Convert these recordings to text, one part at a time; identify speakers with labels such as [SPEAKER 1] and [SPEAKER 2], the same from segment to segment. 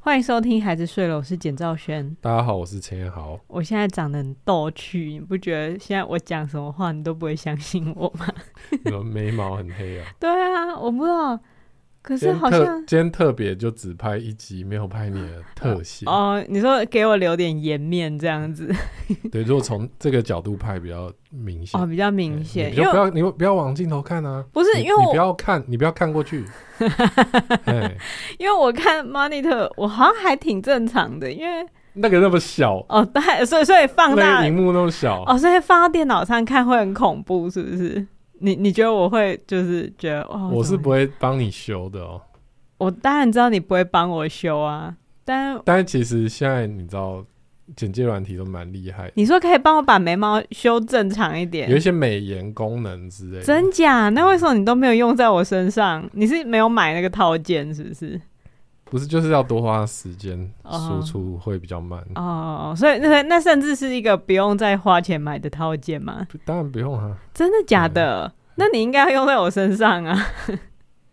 [SPEAKER 1] 欢迎收听《孩子睡了》，我是简兆轩。
[SPEAKER 2] 大家好，我是陈彦 豪。
[SPEAKER 1] 我现在长得很逗趣，你不觉得现在我讲什么话你都不会相信我吗？，
[SPEAKER 2] 你们眉毛很黑啊
[SPEAKER 1] 对啊，我不知道，可
[SPEAKER 2] 今
[SPEAKER 1] 是
[SPEAKER 2] 天
[SPEAKER 1] 好
[SPEAKER 2] 特
[SPEAKER 1] 像
[SPEAKER 2] 今天特别就只拍一集，没有拍你的特写。
[SPEAKER 1] 哦，你说给我留点颜面这样子
[SPEAKER 2] 对，如果从这个角度拍比较明显
[SPEAKER 1] 哦，。比较明
[SPEAKER 2] 对
[SPEAKER 1] 显，
[SPEAKER 2] 你
[SPEAKER 1] 因
[SPEAKER 2] 就不
[SPEAKER 1] 为
[SPEAKER 2] 要你不要往镜头看啊。
[SPEAKER 1] 不是
[SPEAKER 2] 你
[SPEAKER 1] 因为
[SPEAKER 2] 你
[SPEAKER 1] 我
[SPEAKER 2] 不要看，你不要看 过去。哎，
[SPEAKER 1] 因为我看 monitor，我好像还挺正常的，因为
[SPEAKER 2] 那个那么小，
[SPEAKER 1] 哦，对， 所以所以放
[SPEAKER 2] 那
[SPEAKER 1] 大
[SPEAKER 2] 个荧幕那么小，
[SPEAKER 1] 哦，所以放到电脑上看会很恐怖，是不是？你你觉得我会就是觉得哦，
[SPEAKER 2] 我是
[SPEAKER 1] 怎么
[SPEAKER 2] 不会帮你修的哦。
[SPEAKER 1] 我当然知道你不会帮我修啊，但
[SPEAKER 2] 但是其实现在你知道，简介软体都蛮厉害的，
[SPEAKER 1] 你说可以帮我把眉毛修正常一
[SPEAKER 2] 有一
[SPEAKER 1] 点，
[SPEAKER 2] 些美颜功能之类的。
[SPEAKER 1] 真假？那为什么你都没有用在我身上？你是没有买那个套件是不是？
[SPEAKER 2] 不是，就是要多花时间，
[SPEAKER 1] 哦
[SPEAKER 2] 输出会比较慢。
[SPEAKER 1] 哦，所以那那甚至是一个不用再花钱买的套件吗？
[SPEAKER 2] 不当然不用啊，
[SPEAKER 1] 真的假
[SPEAKER 2] 嗯
[SPEAKER 1] 的？那你应该要用在我身上啊！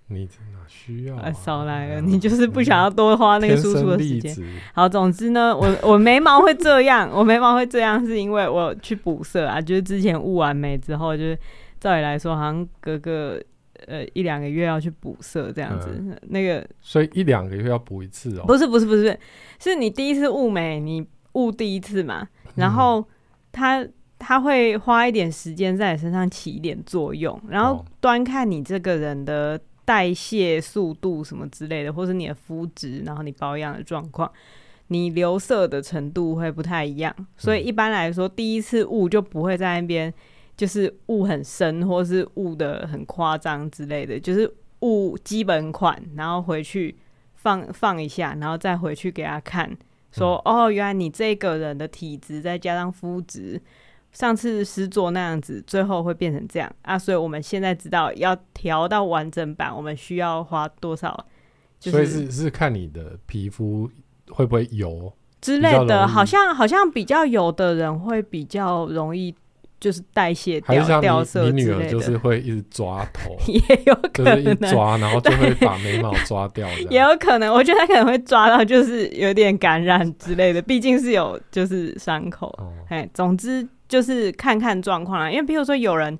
[SPEAKER 2] 你哪需要、啊
[SPEAKER 1] 呃，？ 少来
[SPEAKER 2] 哎
[SPEAKER 1] 了，
[SPEAKER 2] 呀
[SPEAKER 1] 你就是不想要多花那个
[SPEAKER 2] 天
[SPEAKER 1] 输出
[SPEAKER 2] 生
[SPEAKER 1] 的
[SPEAKER 2] 丽
[SPEAKER 1] 时间。
[SPEAKER 2] 质，
[SPEAKER 1] 好，总之呢，我 我眉毛会这样，我眉毛会这样是因为我去补色啊，就是之前雾完眉之后，就是照理来说，好像隔个呃一两个月要去补色这样子。那个
[SPEAKER 2] 所以一两个月要补一次哦。
[SPEAKER 1] 不是不是不是，是你第一次雾眉，你雾第一次嘛，
[SPEAKER 2] 嗯
[SPEAKER 1] 然后它它会花一点时间在你身上起一点作用，然后
[SPEAKER 2] 哦
[SPEAKER 1] 端看你这个人的代谢速度什么之类的，或是你的肤质，然后你保养的状况，你留色的程度会不太一样。所以
[SPEAKER 2] 嗯
[SPEAKER 1] 一般来说，第一次雾就不会在那边就是雾很深，或是雾的很夸张之类的，就是雾基本款，然后回去放放一下，然后再回去给他看。说
[SPEAKER 2] 嗯
[SPEAKER 1] 哦，原来你这个人的体质再加上肤质，上次实做那样子，最后会变成这样啊，所以我们现在知道要调到完整版，我们需要花多少，就
[SPEAKER 2] 所以是是看你的皮肤会不会油，
[SPEAKER 1] 之类
[SPEAKER 2] 比较
[SPEAKER 1] 的，
[SPEAKER 2] 容易
[SPEAKER 1] 好像好像比较有的人会比较容易就是代谢
[SPEAKER 2] 还
[SPEAKER 1] 掉
[SPEAKER 2] 是像
[SPEAKER 1] 掉
[SPEAKER 2] 你
[SPEAKER 1] 色
[SPEAKER 2] 你女
[SPEAKER 1] 之
[SPEAKER 2] 儿
[SPEAKER 1] 类
[SPEAKER 2] 就
[SPEAKER 1] 的，，
[SPEAKER 2] 是会一直抓头
[SPEAKER 1] 也有可
[SPEAKER 2] 就是一
[SPEAKER 1] 能。啊
[SPEAKER 2] 抓，然后就会把眉毛抓掉这
[SPEAKER 1] 也
[SPEAKER 2] 样。
[SPEAKER 1] 有可能，我觉得他可能会抓到，就是有点感染之类的，毕竟是有就是伤口。
[SPEAKER 2] 哦，
[SPEAKER 1] 哎，总之就是看看状况啊啦。因为比如说有人，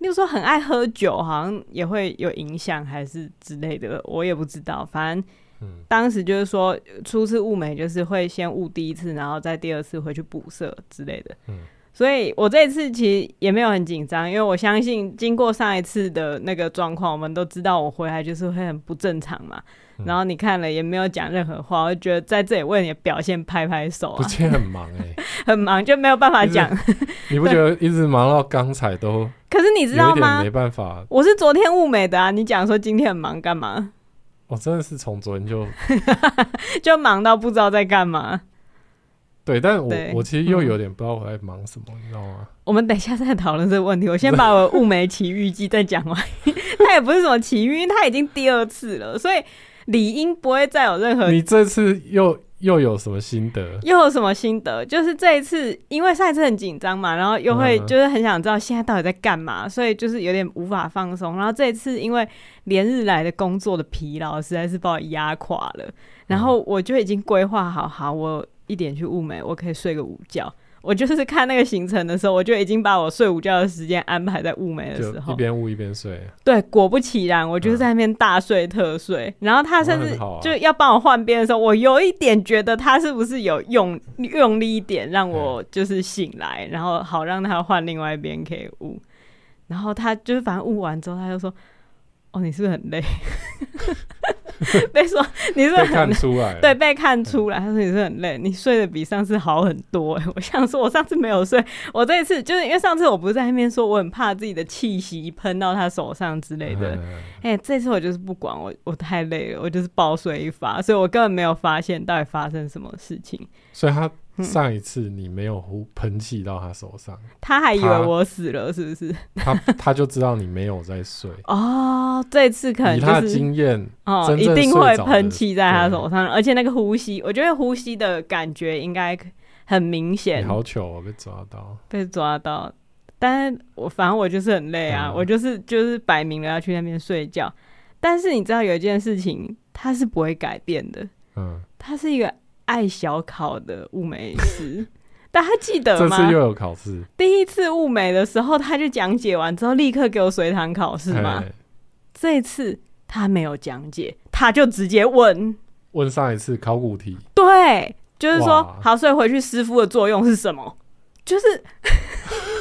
[SPEAKER 1] 比如说很爱喝酒，好像也会有影响，还是之类的，我也不知道。反正
[SPEAKER 2] 嗯，
[SPEAKER 1] 当时就是说，初次雾眉就是会先雾第一次，然后再第二次回去补色之类的。
[SPEAKER 2] 嗯
[SPEAKER 1] 所以我这一次其实也没有很紧张，因为我相信经过上一次的那个状况，我们都知道我回来就是会很不正常嘛。
[SPEAKER 2] 嗯
[SPEAKER 1] 然后你看了也没有讲任何话，我就觉得在这里为你的表现拍拍手
[SPEAKER 2] 不
[SPEAKER 1] 啊，
[SPEAKER 2] 是很忙 哎、
[SPEAKER 1] 很忙就没有办法
[SPEAKER 2] 就是
[SPEAKER 1] 讲。
[SPEAKER 2] 你不觉得一直忙到刚才都
[SPEAKER 1] 可是你知
[SPEAKER 2] 有
[SPEAKER 1] 道
[SPEAKER 2] 一点
[SPEAKER 1] 吗
[SPEAKER 2] 没？办法？
[SPEAKER 1] 我是昨天雾美的啊，你讲说今天很忙干嘛？
[SPEAKER 2] 我真的是从昨天就
[SPEAKER 1] 就忙到不知道在干嘛。
[SPEAKER 2] 对，但我
[SPEAKER 1] 对
[SPEAKER 2] 我其实又
[SPEAKER 1] 嗯
[SPEAKER 2] 有点不知道我在忙什么，你知道吗？
[SPEAKER 1] 我们等一下再讨论这个问题。我先把我雾眉奇遇记再讲完， 它也不是什么奇遇，因为它已经第二次了，所以理应不会再有任 何
[SPEAKER 2] 你这次又又有什么心得？
[SPEAKER 1] 又有什么心得？就是这一次，因为上一次很紧张嘛，然后又会
[SPEAKER 2] 嗯
[SPEAKER 1] 就是很想知道现在到底在干嘛，所以就是有点无法放松。然后这一次，因为连日来的工作的疲劳，实在是把我压垮了。然后
[SPEAKER 2] 嗯
[SPEAKER 1] 我就已经规划好，好，我一点去雾眉，我可以睡个午觉。我就是看那个行程的时候，我就已经把我睡午觉的时间安排在雾眉的
[SPEAKER 2] 就
[SPEAKER 1] 时
[SPEAKER 2] 一
[SPEAKER 1] 候。
[SPEAKER 2] 边捂一边睡，
[SPEAKER 1] 对，果不其然，我就是在那边大睡特睡。然后他甚
[SPEAKER 2] 那
[SPEAKER 1] 至
[SPEAKER 2] 嗯很好啊
[SPEAKER 1] 就要帮我换边的时候，我有一点觉得他是不是有用用力一点让
[SPEAKER 2] 嗯
[SPEAKER 1] 我就是醒来，然后好让他换另外一边可以捂。然后他就是反正捂完之后，他就说：“哦，你是不是 很累？” 被说你是不是
[SPEAKER 2] 被
[SPEAKER 1] 很
[SPEAKER 2] 看
[SPEAKER 1] 累？
[SPEAKER 2] 出来 了。
[SPEAKER 1] 对，被看出来，他说你是很累，你睡得比上次好很多、欸。我 想说，我上次没有睡，我这一次就是因为上次我不是在那边说我很怕自己的气息喷到他手上之类的。
[SPEAKER 2] 嗯
[SPEAKER 1] 哎、这次我就是不管我，我太累了，我就是暴睡一发，所以我根本没有发现到底发生什么事情。
[SPEAKER 2] 所以他
[SPEAKER 1] 嗯
[SPEAKER 2] 上一次你没有呼喷气到他手上，
[SPEAKER 1] 他还以为
[SPEAKER 2] 他
[SPEAKER 1] 我死了，是不是？
[SPEAKER 2] 他 他就知道你没有 在睡。
[SPEAKER 1] 哦，这次可能
[SPEAKER 2] 以他
[SPEAKER 1] 就
[SPEAKER 2] 的
[SPEAKER 1] 是
[SPEAKER 2] 经验，
[SPEAKER 1] 哦，
[SPEAKER 2] 真
[SPEAKER 1] 一
[SPEAKER 2] 正
[SPEAKER 1] 定
[SPEAKER 2] 睡
[SPEAKER 1] 会
[SPEAKER 2] 着
[SPEAKER 1] 喷
[SPEAKER 2] 的
[SPEAKER 1] 气在他
[SPEAKER 2] 对
[SPEAKER 1] 手上，而且那个呼吸，我觉得呼吸的感觉应该很明
[SPEAKER 2] 你
[SPEAKER 1] 显。
[SPEAKER 2] 好糗哦，被抓到。
[SPEAKER 1] 被抓到，但是我反正我就是很累啊，
[SPEAKER 2] 嗯
[SPEAKER 1] 我就是就是摆明了要去那边睡觉。但是你知道有一件事情，它是不会改变的，
[SPEAKER 2] 嗯，
[SPEAKER 1] 他是一个爱小考的物美师， 大家记得
[SPEAKER 2] 这
[SPEAKER 1] 吗
[SPEAKER 2] 次？又有考试，
[SPEAKER 1] 第一次物美的时候，他就讲解完之后立刻给我随堂考试嘛。
[SPEAKER 2] 哎
[SPEAKER 1] 这一次他没有讲解，他就直接问，
[SPEAKER 2] 问上一次考古题，
[SPEAKER 1] 对，就是说
[SPEAKER 2] 哇
[SPEAKER 1] 好，所以回去师傅的作用是什么？就是， 就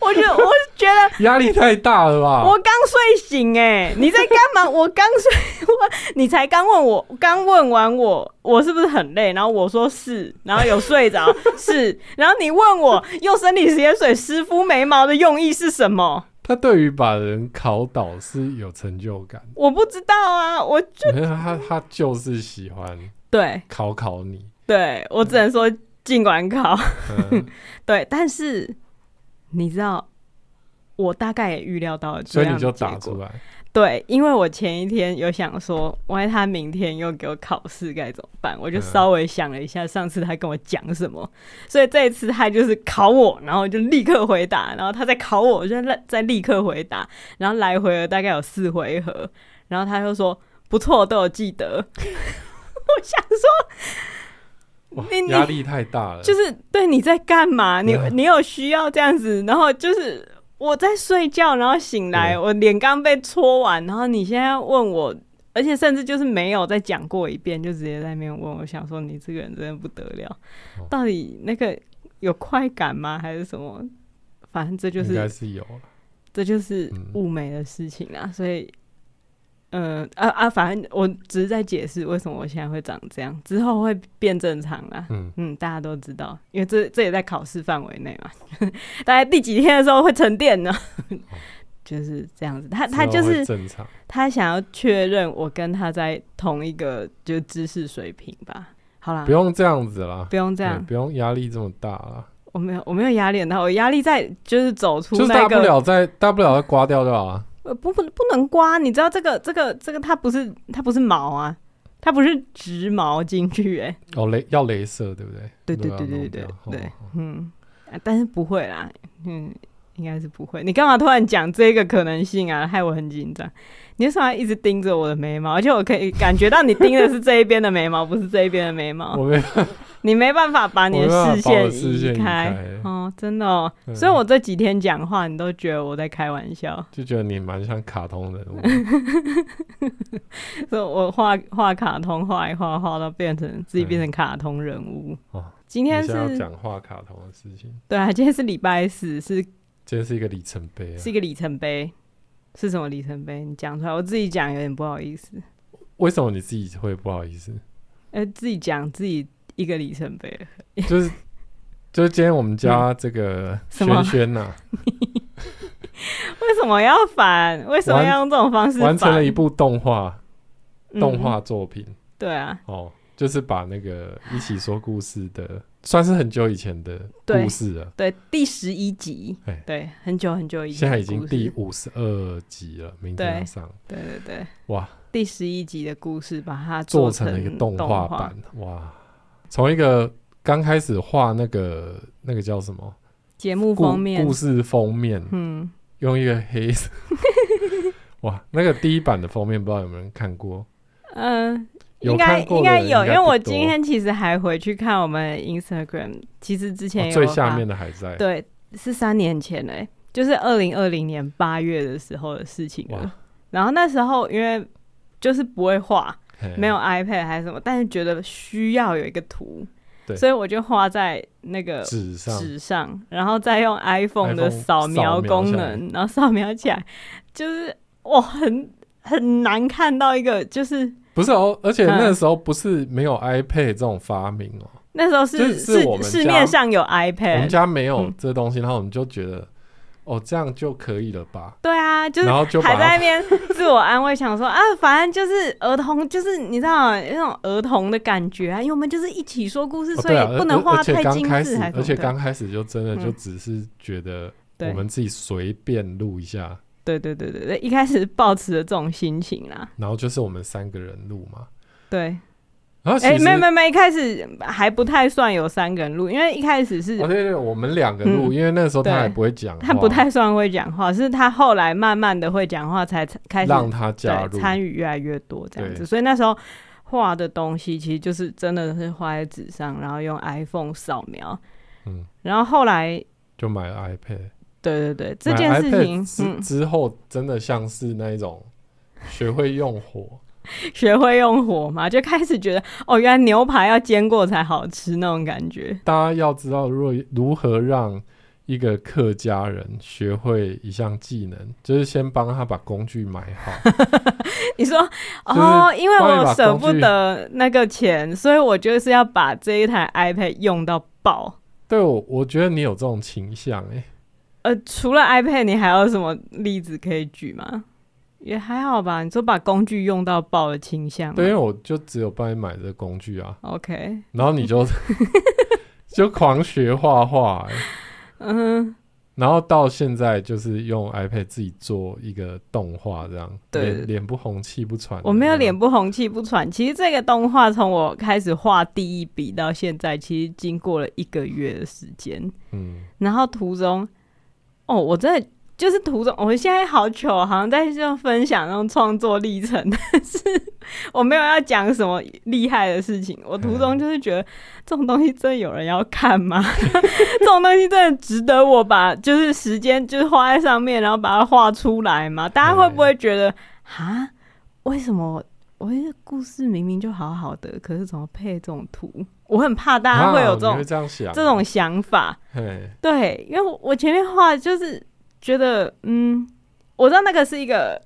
[SPEAKER 1] 我觉得，我觉得
[SPEAKER 2] 压力太大了吧？
[SPEAKER 1] 我刚睡醒哎、你在干嘛？我刚睡， 我你才刚问我，刚问完我，我是不是很累？然后我说是，然后有睡着是，然后你问我用生理盐水湿敷眉毛的用意是什么？
[SPEAKER 2] 他对于把人考倒是有成就感，
[SPEAKER 1] 我不知道啊，我
[SPEAKER 2] 可是 他他就是喜欢
[SPEAKER 1] 对
[SPEAKER 2] 考考你，
[SPEAKER 1] 对，我只能说尽管考，
[SPEAKER 2] 嗯，
[SPEAKER 1] 对，但是你知道，我大概也预料到了这
[SPEAKER 2] 所以
[SPEAKER 1] 样
[SPEAKER 2] 你
[SPEAKER 1] 的
[SPEAKER 2] 就
[SPEAKER 1] 结
[SPEAKER 2] 打
[SPEAKER 1] 果
[SPEAKER 2] 出来，
[SPEAKER 1] 对，因为我前一天有想说，万一他明天又给我考试该怎么办？我就稍微想了一下，上次他跟我讲什么，所以这一次他就是考我，然后我就立刻回答，然后他再考我，我就立再立刻回答，然后来回了大概有四回合，然后他就说不错，都有记得。我想
[SPEAKER 2] 哇
[SPEAKER 1] 你，你
[SPEAKER 2] 压力太大了，
[SPEAKER 1] 就是对你在干 嘛？你
[SPEAKER 2] 对啊
[SPEAKER 1] 你有需要这样子？然后就是我在睡觉，然后醒来，
[SPEAKER 2] 对
[SPEAKER 1] 我脸刚被搓完，然后你现在问我，而且甚至就是没有再讲过一遍，就直接在那边问。我想说，你这个人真的不得了
[SPEAKER 2] 哦，
[SPEAKER 1] 到底那个有快感吗？还是什么？反正这就
[SPEAKER 2] 应该
[SPEAKER 1] 是
[SPEAKER 2] 是有啊，
[SPEAKER 1] 这就是
[SPEAKER 2] 嗯
[SPEAKER 1] 物美的事情啊，所以。嗯啊啊，反正我只是在解释为什么我现在会长这样，之后会变正常啦。
[SPEAKER 2] 嗯，
[SPEAKER 1] 嗯，大家都知道，因为这这也在考试范围内嘛。大概第几天的时候会沉淀呢？ 就是这样子，他他
[SPEAKER 2] 哦之
[SPEAKER 1] 就
[SPEAKER 2] 后会
[SPEAKER 1] 是啊
[SPEAKER 2] 正常，
[SPEAKER 1] 他想要确认我跟他在同一个就是知识水平吧。好啦，
[SPEAKER 2] 不用这样子啦，
[SPEAKER 1] 不用这
[SPEAKER 2] 对
[SPEAKER 1] 样，
[SPEAKER 2] 不用压力这么大啦，
[SPEAKER 1] 我没有我没有压力很大，我压力在就是走出
[SPEAKER 2] 就是
[SPEAKER 1] 那
[SPEAKER 2] 大不
[SPEAKER 1] 个
[SPEAKER 2] 了再大不了再刮掉就好啊了，
[SPEAKER 1] 呃不不不能刮，你知道这个这个这个它不是它不是毛啊，它不是植毛进去哎、
[SPEAKER 2] 哦，雷要镭射对不对？
[SPEAKER 1] 对对
[SPEAKER 2] 如
[SPEAKER 1] 对
[SPEAKER 2] 果要
[SPEAKER 1] 对
[SPEAKER 2] 弄
[SPEAKER 1] 对
[SPEAKER 2] 掉
[SPEAKER 1] 对
[SPEAKER 2] 哦，哦
[SPEAKER 1] 嗯、啊，但是不会啦，嗯，应该是不会。你干嘛突然讲这个可能性啊？害我很紧张。你为什么要一直盯着我的眉毛？而且我可以感觉到你盯的是这一边的眉毛，不是这一边的眉毛。
[SPEAKER 2] 我没
[SPEAKER 1] 你没办法把哦你
[SPEAKER 2] 我没办法
[SPEAKER 1] 的
[SPEAKER 2] 把我的视
[SPEAKER 1] 移
[SPEAKER 2] 线移
[SPEAKER 1] 开。
[SPEAKER 2] 开
[SPEAKER 1] 哦，真的哦，
[SPEAKER 2] 嗯
[SPEAKER 1] 所以我这几天讲话，你都觉得我在开玩笑，
[SPEAKER 2] 就觉得你蛮像卡通 人物，
[SPEAKER 1] 所以我画画卡通，画一画，画到变成自己变成卡通人物。
[SPEAKER 2] 哦
[SPEAKER 1] 今
[SPEAKER 2] 你
[SPEAKER 1] 天
[SPEAKER 2] 现
[SPEAKER 1] 是
[SPEAKER 2] 在要讲话卡通的事情，
[SPEAKER 1] 对啊，今天是礼拜四，是
[SPEAKER 2] 今天是一个里程碑啊
[SPEAKER 1] 是一。个里程碑，是什么里程碑？你讲出来，我自己讲有点不好意思。
[SPEAKER 2] 为什么你自己会不好 意思？
[SPEAKER 1] 呃，自己讲自己一个里程碑，
[SPEAKER 2] 就是就是今天我们家这
[SPEAKER 1] 嗯
[SPEAKER 2] 个啊
[SPEAKER 1] 什么
[SPEAKER 2] 轩轩呐，
[SPEAKER 1] 为什么要反？为什么要 用这种方式反
[SPEAKER 2] 完成了一部动画动、
[SPEAKER 1] 嗯
[SPEAKER 2] 画作品
[SPEAKER 1] 对啊，
[SPEAKER 2] 哦，就是把那个一起说故事的，算是很久以前的
[SPEAKER 1] 对
[SPEAKER 2] 故事了，
[SPEAKER 1] 对，第十一集
[SPEAKER 2] 哎，
[SPEAKER 1] 对，很久很久以前
[SPEAKER 2] 现
[SPEAKER 1] 的故
[SPEAKER 2] 在已
[SPEAKER 1] 事，
[SPEAKER 2] 经第五十二集了，明天
[SPEAKER 1] 对
[SPEAKER 2] 要上
[SPEAKER 1] 对对对，
[SPEAKER 2] 哇，
[SPEAKER 1] 第十一集的故事，把它
[SPEAKER 2] 做
[SPEAKER 1] 成
[SPEAKER 2] 成了一个
[SPEAKER 1] 动
[SPEAKER 2] 动画版，哇！从一个刚开始画那个那个叫什么
[SPEAKER 1] 节目
[SPEAKER 2] 故
[SPEAKER 1] 封面
[SPEAKER 2] 故，事封面，
[SPEAKER 1] 嗯，
[SPEAKER 2] 用一个 黑色，哇，那个第一版的封面不知道有没有人看过？哦
[SPEAKER 1] 嗯，
[SPEAKER 2] 有
[SPEAKER 1] 应该
[SPEAKER 2] 看过
[SPEAKER 1] 应
[SPEAKER 2] 的
[SPEAKER 1] 该
[SPEAKER 2] 人
[SPEAKER 1] 有，因
[SPEAKER 2] 应该
[SPEAKER 1] 为我
[SPEAKER 2] 不
[SPEAKER 1] 今
[SPEAKER 2] 多
[SPEAKER 1] 天其实还回去看我们 Instagram，其实之前
[SPEAKER 2] 哦
[SPEAKER 1] 有
[SPEAKER 2] 最下
[SPEAKER 1] 发
[SPEAKER 2] 面的还在，
[SPEAKER 1] 对，是三年前嘞、就是二零二零年八月的时候的事情
[SPEAKER 2] 哇
[SPEAKER 1] 了。然后那时候因为就是不会画，
[SPEAKER 2] 嘿
[SPEAKER 1] 没有 iPad 还是什么，但是觉得需要有一个图，
[SPEAKER 2] 对
[SPEAKER 1] 所以我就画在那个
[SPEAKER 2] 纸上，
[SPEAKER 1] 呃纸上，然后再用 iPhone 的
[SPEAKER 2] iPhone
[SPEAKER 1] 扫描
[SPEAKER 2] 扫描
[SPEAKER 1] 功
[SPEAKER 2] 下
[SPEAKER 1] 能，然后扫描起来，就是哇，很很难看到一个，就是
[SPEAKER 2] 不是哦，而且
[SPEAKER 1] 嗯
[SPEAKER 2] 那时候不是没有 iPad 这种发明哦，
[SPEAKER 1] 那时候
[SPEAKER 2] 这
[SPEAKER 1] 是
[SPEAKER 2] 是我们
[SPEAKER 1] 市
[SPEAKER 2] 家
[SPEAKER 1] 面上有
[SPEAKER 2] 我们
[SPEAKER 1] iPad，
[SPEAKER 2] 家没有
[SPEAKER 1] 嗯
[SPEAKER 2] 这东西，然后我们就觉得哦这样就可以了吧，
[SPEAKER 1] 对啊，就是
[SPEAKER 2] 然后就把
[SPEAKER 1] 还
[SPEAKER 2] 它哦
[SPEAKER 1] 在那边自我安慰，想说啊，反正就是儿童，就是你知道那种儿童的感觉啊，因为我们就是一起说故事，
[SPEAKER 2] 哦
[SPEAKER 1] 所
[SPEAKER 2] 对啊，
[SPEAKER 1] 以不能
[SPEAKER 2] 而
[SPEAKER 1] 画
[SPEAKER 2] 而且
[SPEAKER 1] 太
[SPEAKER 2] 刚
[SPEAKER 1] 精
[SPEAKER 2] 开
[SPEAKER 1] 致，
[SPEAKER 2] 始
[SPEAKER 1] 还是
[SPEAKER 2] 而且
[SPEAKER 1] 什么
[SPEAKER 2] 刚开始就真的
[SPEAKER 1] 嗯
[SPEAKER 2] 就只是觉得
[SPEAKER 1] 对
[SPEAKER 2] 我们自己随便录一下，
[SPEAKER 1] 对对对对对，一开始抱持着这种心情啦，
[SPEAKER 2] 然后就是我们三个人录嘛，
[SPEAKER 1] 对，
[SPEAKER 2] 然后其
[SPEAKER 1] 哎、
[SPEAKER 2] 实
[SPEAKER 1] 没没没，一开始还不太算有三个人录，因为一开始是
[SPEAKER 2] 哦，对对，我们两个录，
[SPEAKER 1] 嗯
[SPEAKER 2] 因为那时候他
[SPEAKER 1] 对
[SPEAKER 2] 还不会讲话，
[SPEAKER 1] 他不太算会讲话，是他后来慢慢的会讲话才开始
[SPEAKER 2] 让他加入
[SPEAKER 1] 对，参与越来越多这样
[SPEAKER 2] 对
[SPEAKER 1] 子，所以那时候画的东西其实就是真的是画在纸上，然后用 iPhone 扫描。
[SPEAKER 2] 嗯，
[SPEAKER 1] 然后后来，
[SPEAKER 2] 就买了 iPad。
[SPEAKER 1] 对对对，这
[SPEAKER 2] 买
[SPEAKER 1] 件事
[SPEAKER 2] iPad
[SPEAKER 1] 情，
[SPEAKER 2] 之
[SPEAKER 1] 嗯，
[SPEAKER 2] 之后，真的像是那一种学会用火，
[SPEAKER 1] 学会用火嘛，就开始觉得哦，原来牛排要煎过才好吃那种感觉。
[SPEAKER 2] 大家要知道若如何让一个客家人学会一项技能，就是先帮他把工具买好。
[SPEAKER 1] 你说
[SPEAKER 2] 就是
[SPEAKER 1] 哦，因为
[SPEAKER 2] 帮你
[SPEAKER 1] 我
[SPEAKER 2] 把
[SPEAKER 1] 舍
[SPEAKER 2] 工
[SPEAKER 1] 不
[SPEAKER 2] 具
[SPEAKER 1] 得那个钱，所以我就是要把这一台 iPad 用到爆。
[SPEAKER 2] 对我，我觉得你有这种倾向欸诶、
[SPEAKER 1] 呃，除了 iPad，你还有什么例子可以举吗？也还好吧，你说把工具用到爆的倾向吗。啊
[SPEAKER 2] 对，因为哦我就只有帮你买这个工具啊，
[SPEAKER 1] OK，
[SPEAKER 2] 然后你就 就狂学画画、欸，
[SPEAKER 1] 嗯，
[SPEAKER 2] 然后到现在就是用 iPad 自己做一个动画这样，
[SPEAKER 1] 对
[SPEAKER 2] 脸脸不红气不喘的这样，
[SPEAKER 1] 我没有脸不红气不喘。其实这个动画从我开始画第一笔到现在，其实经过了一个月的时间。
[SPEAKER 2] 嗯，
[SPEAKER 1] 然后途中，哦，我真的就是途中，我现在好糗，好像在这样分享那种创作历程，但是我没有要讲什么厉害的事
[SPEAKER 2] 嗯
[SPEAKER 1] 情。我途中就是觉得这种东西真的有人要看吗？ 这种东西真的值得我把就是时间就是花在上面，然后把它画出来吗？大家会不会觉得啊，为什么？我这故事明明就好好的，可是怎么配这种图？我很怕大家会有这
[SPEAKER 2] 啊
[SPEAKER 1] 种、
[SPEAKER 2] 你会这样想
[SPEAKER 1] 这种想法。
[SPEAKER 2] 嘿
[SPEAKER 1] 对，因为我我前面画就是觉得，嗯，我知道那个是一个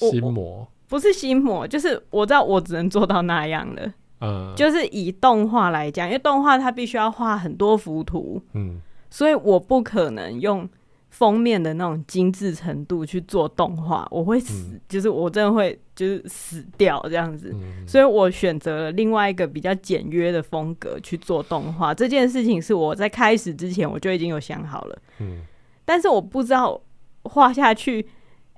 [SPEAKER 1] 我
[SPEAKER 2] 心魔，
[SPEAKER 1] 不是心魔，就是我知道我只能做到那样了。
[SPEAKER 2] 嗯，
[SPEAKER 1] 就是以动画来讲，因为动画它必须要画很多幅图，
[SPEAKER 2] 嗯
[SPEAKER 1] 所以我不可能用封面的那种精致程度去做动画，我会死，就是我真的会就是死掉这样子。
[SPEAKER 2] 嗯，
[SPEAKER 1] 所以我选择了另外一个比较简约的风格去做动画。这件事情是我在开始之前我就已经有想好了。
[SPEAKER 2] 嗯，
[SPEAKER 1] 但是我不知道画下去，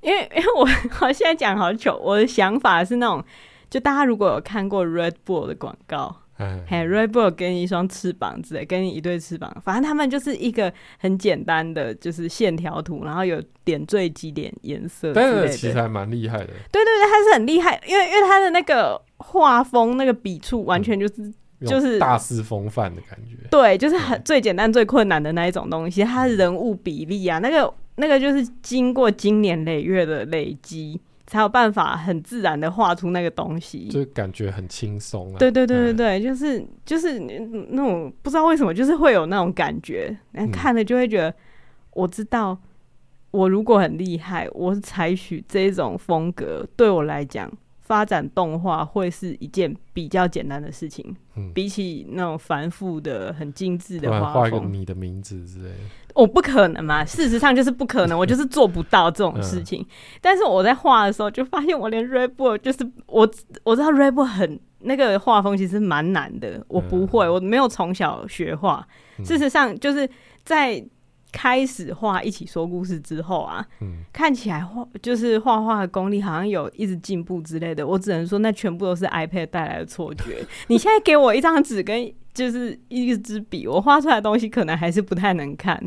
[SPEAKER 1] 因为 因为我我现在讲好久，我的想法是那种，就大家如果有看过 Red Bull 的广告，
[SPEAKER 2] 哎，
[SPEAKER 1] 嘿，Red Bull 给你一双翅膀之类，给你一对翅膀，反正他们就是一个很简单的，就是线条图，然后有点缀几点颜色之
[SPEAKER 2] 但
[SPEAKER 1] 类
[SPEAKER 2] 是其实
[SPEAKER 1] 的。
[SPEAKER 2] 还蛮厉害的，
[SPEAKER 1] 对对对，他是很厉害，因为因为他的那个画风、那个笔触，完全就是就是
[SPEAKER 2] 有大师风范的感觉，
[SPEAKER 1] 对，就是很最简单、最困难的那一种东西，它人物比例啊，那个那个就是经过经年累月的累积，才有办法很自然的画出那个东西。
[SPEAKER 2] 就感觉很轻松啊。
[SPEAKER 1] 对对对对
[SPEAKER 2] 嗯
[SPEAKER 1] 对，就是就是嗯那种不知道为什么，就是会有那种感觉，然
[SPEAKER 2] 嗯
[SPEAKER 1] 后看了就会觉得，我知道，我如果很厉害，我采取这种风格，对我来讲，发展动画会是一件比较简单的事情，
[SPEAKER 2] 嗯
[SPEAKER 1] 比起那种繁复的、很精致
[SPEAKER 2] 不
[SPEAKER 1] 的
[SPEAKER 2] 哎然画一个
[SPEAKER 1] 风，
[SPEAKER 2] 你的名字之类的，
[SPEAKER 1] 我、不可能嘛，事实上就是不可 能，我就是做不到这种事
[SPEAKER 2] 嗯
[SPEAKER 1] 情。但是我在画的时候，就发现我连 r e b o 就是我我知道 r e b o 很那个画风其实蛮难的，我不会，
[SPEAKER 2] 嗯
[SPEAKER 1] 我没有从小学画。
[SPEAKER 2] 嗯
[SPEAKER 1] 事实上，就是在开始画一起说故事之后啊，
[SPEAKER 2] 嗯，
[SPEAKER 1] 看起来画就是画画的功力好像有一直进步之类的，我只能说那全部都是 iPad 带来的错觉。 你现在给我一张纸跟就是一支笔，我画出来的东西可能还是不太能看，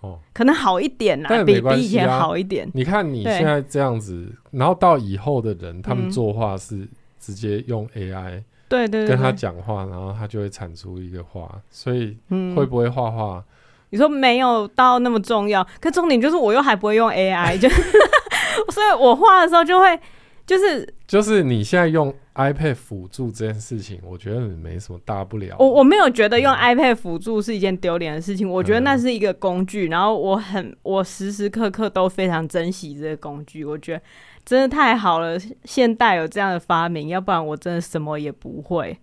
[SPEAKER 2] 哦，
[SPEAKER 1] 可能好一点啦，
[SPEAKER 2] 但也
[SPEAKER 1] 比
[SPEAKER 2] 没关
[SPEAKER 1] 比
[SPEAKER 2] 系啊
[SPEAKER 1] 以前好一点。
[SPEAKER 2] 你看你
[SPEAKER 1] 对
[SPEAKER 2] 现在这样子，然后到以后的人，他们
[SPEAKER 1] 嗯
[SPEAKER 2] 作画是直接用 AI
[SPEAKER 1] 对对对
[SPEAKER 2] 跟他
[SPEAKER 1] 对，
[SPEAKER 2] 讲话，然后他就会产出一个画，所以
[SPEAKER 1] 嗯
[SPEAKER 2] 会不会画画？
[SPEAKER 1] 你说没有到那么重要，可重点就是我又还不会用 AI，就 所以我画的时候就会就是
[SPEAKER 2] 就是你现在用 iPad 辅助这件事情，我觉得没什么大不了。
[SPEAKER 1] 我我没有觉得用
[SPEAKER 2] 嗯
[SPEAKER 1] iPad 辅助是一件丢脸的事情，我觉得那是一个工具，然后我很我时时刻刻都非常珍惜这个工具，我觉得真的太好了，现代有这样的发明，要不然我真的什么也不会。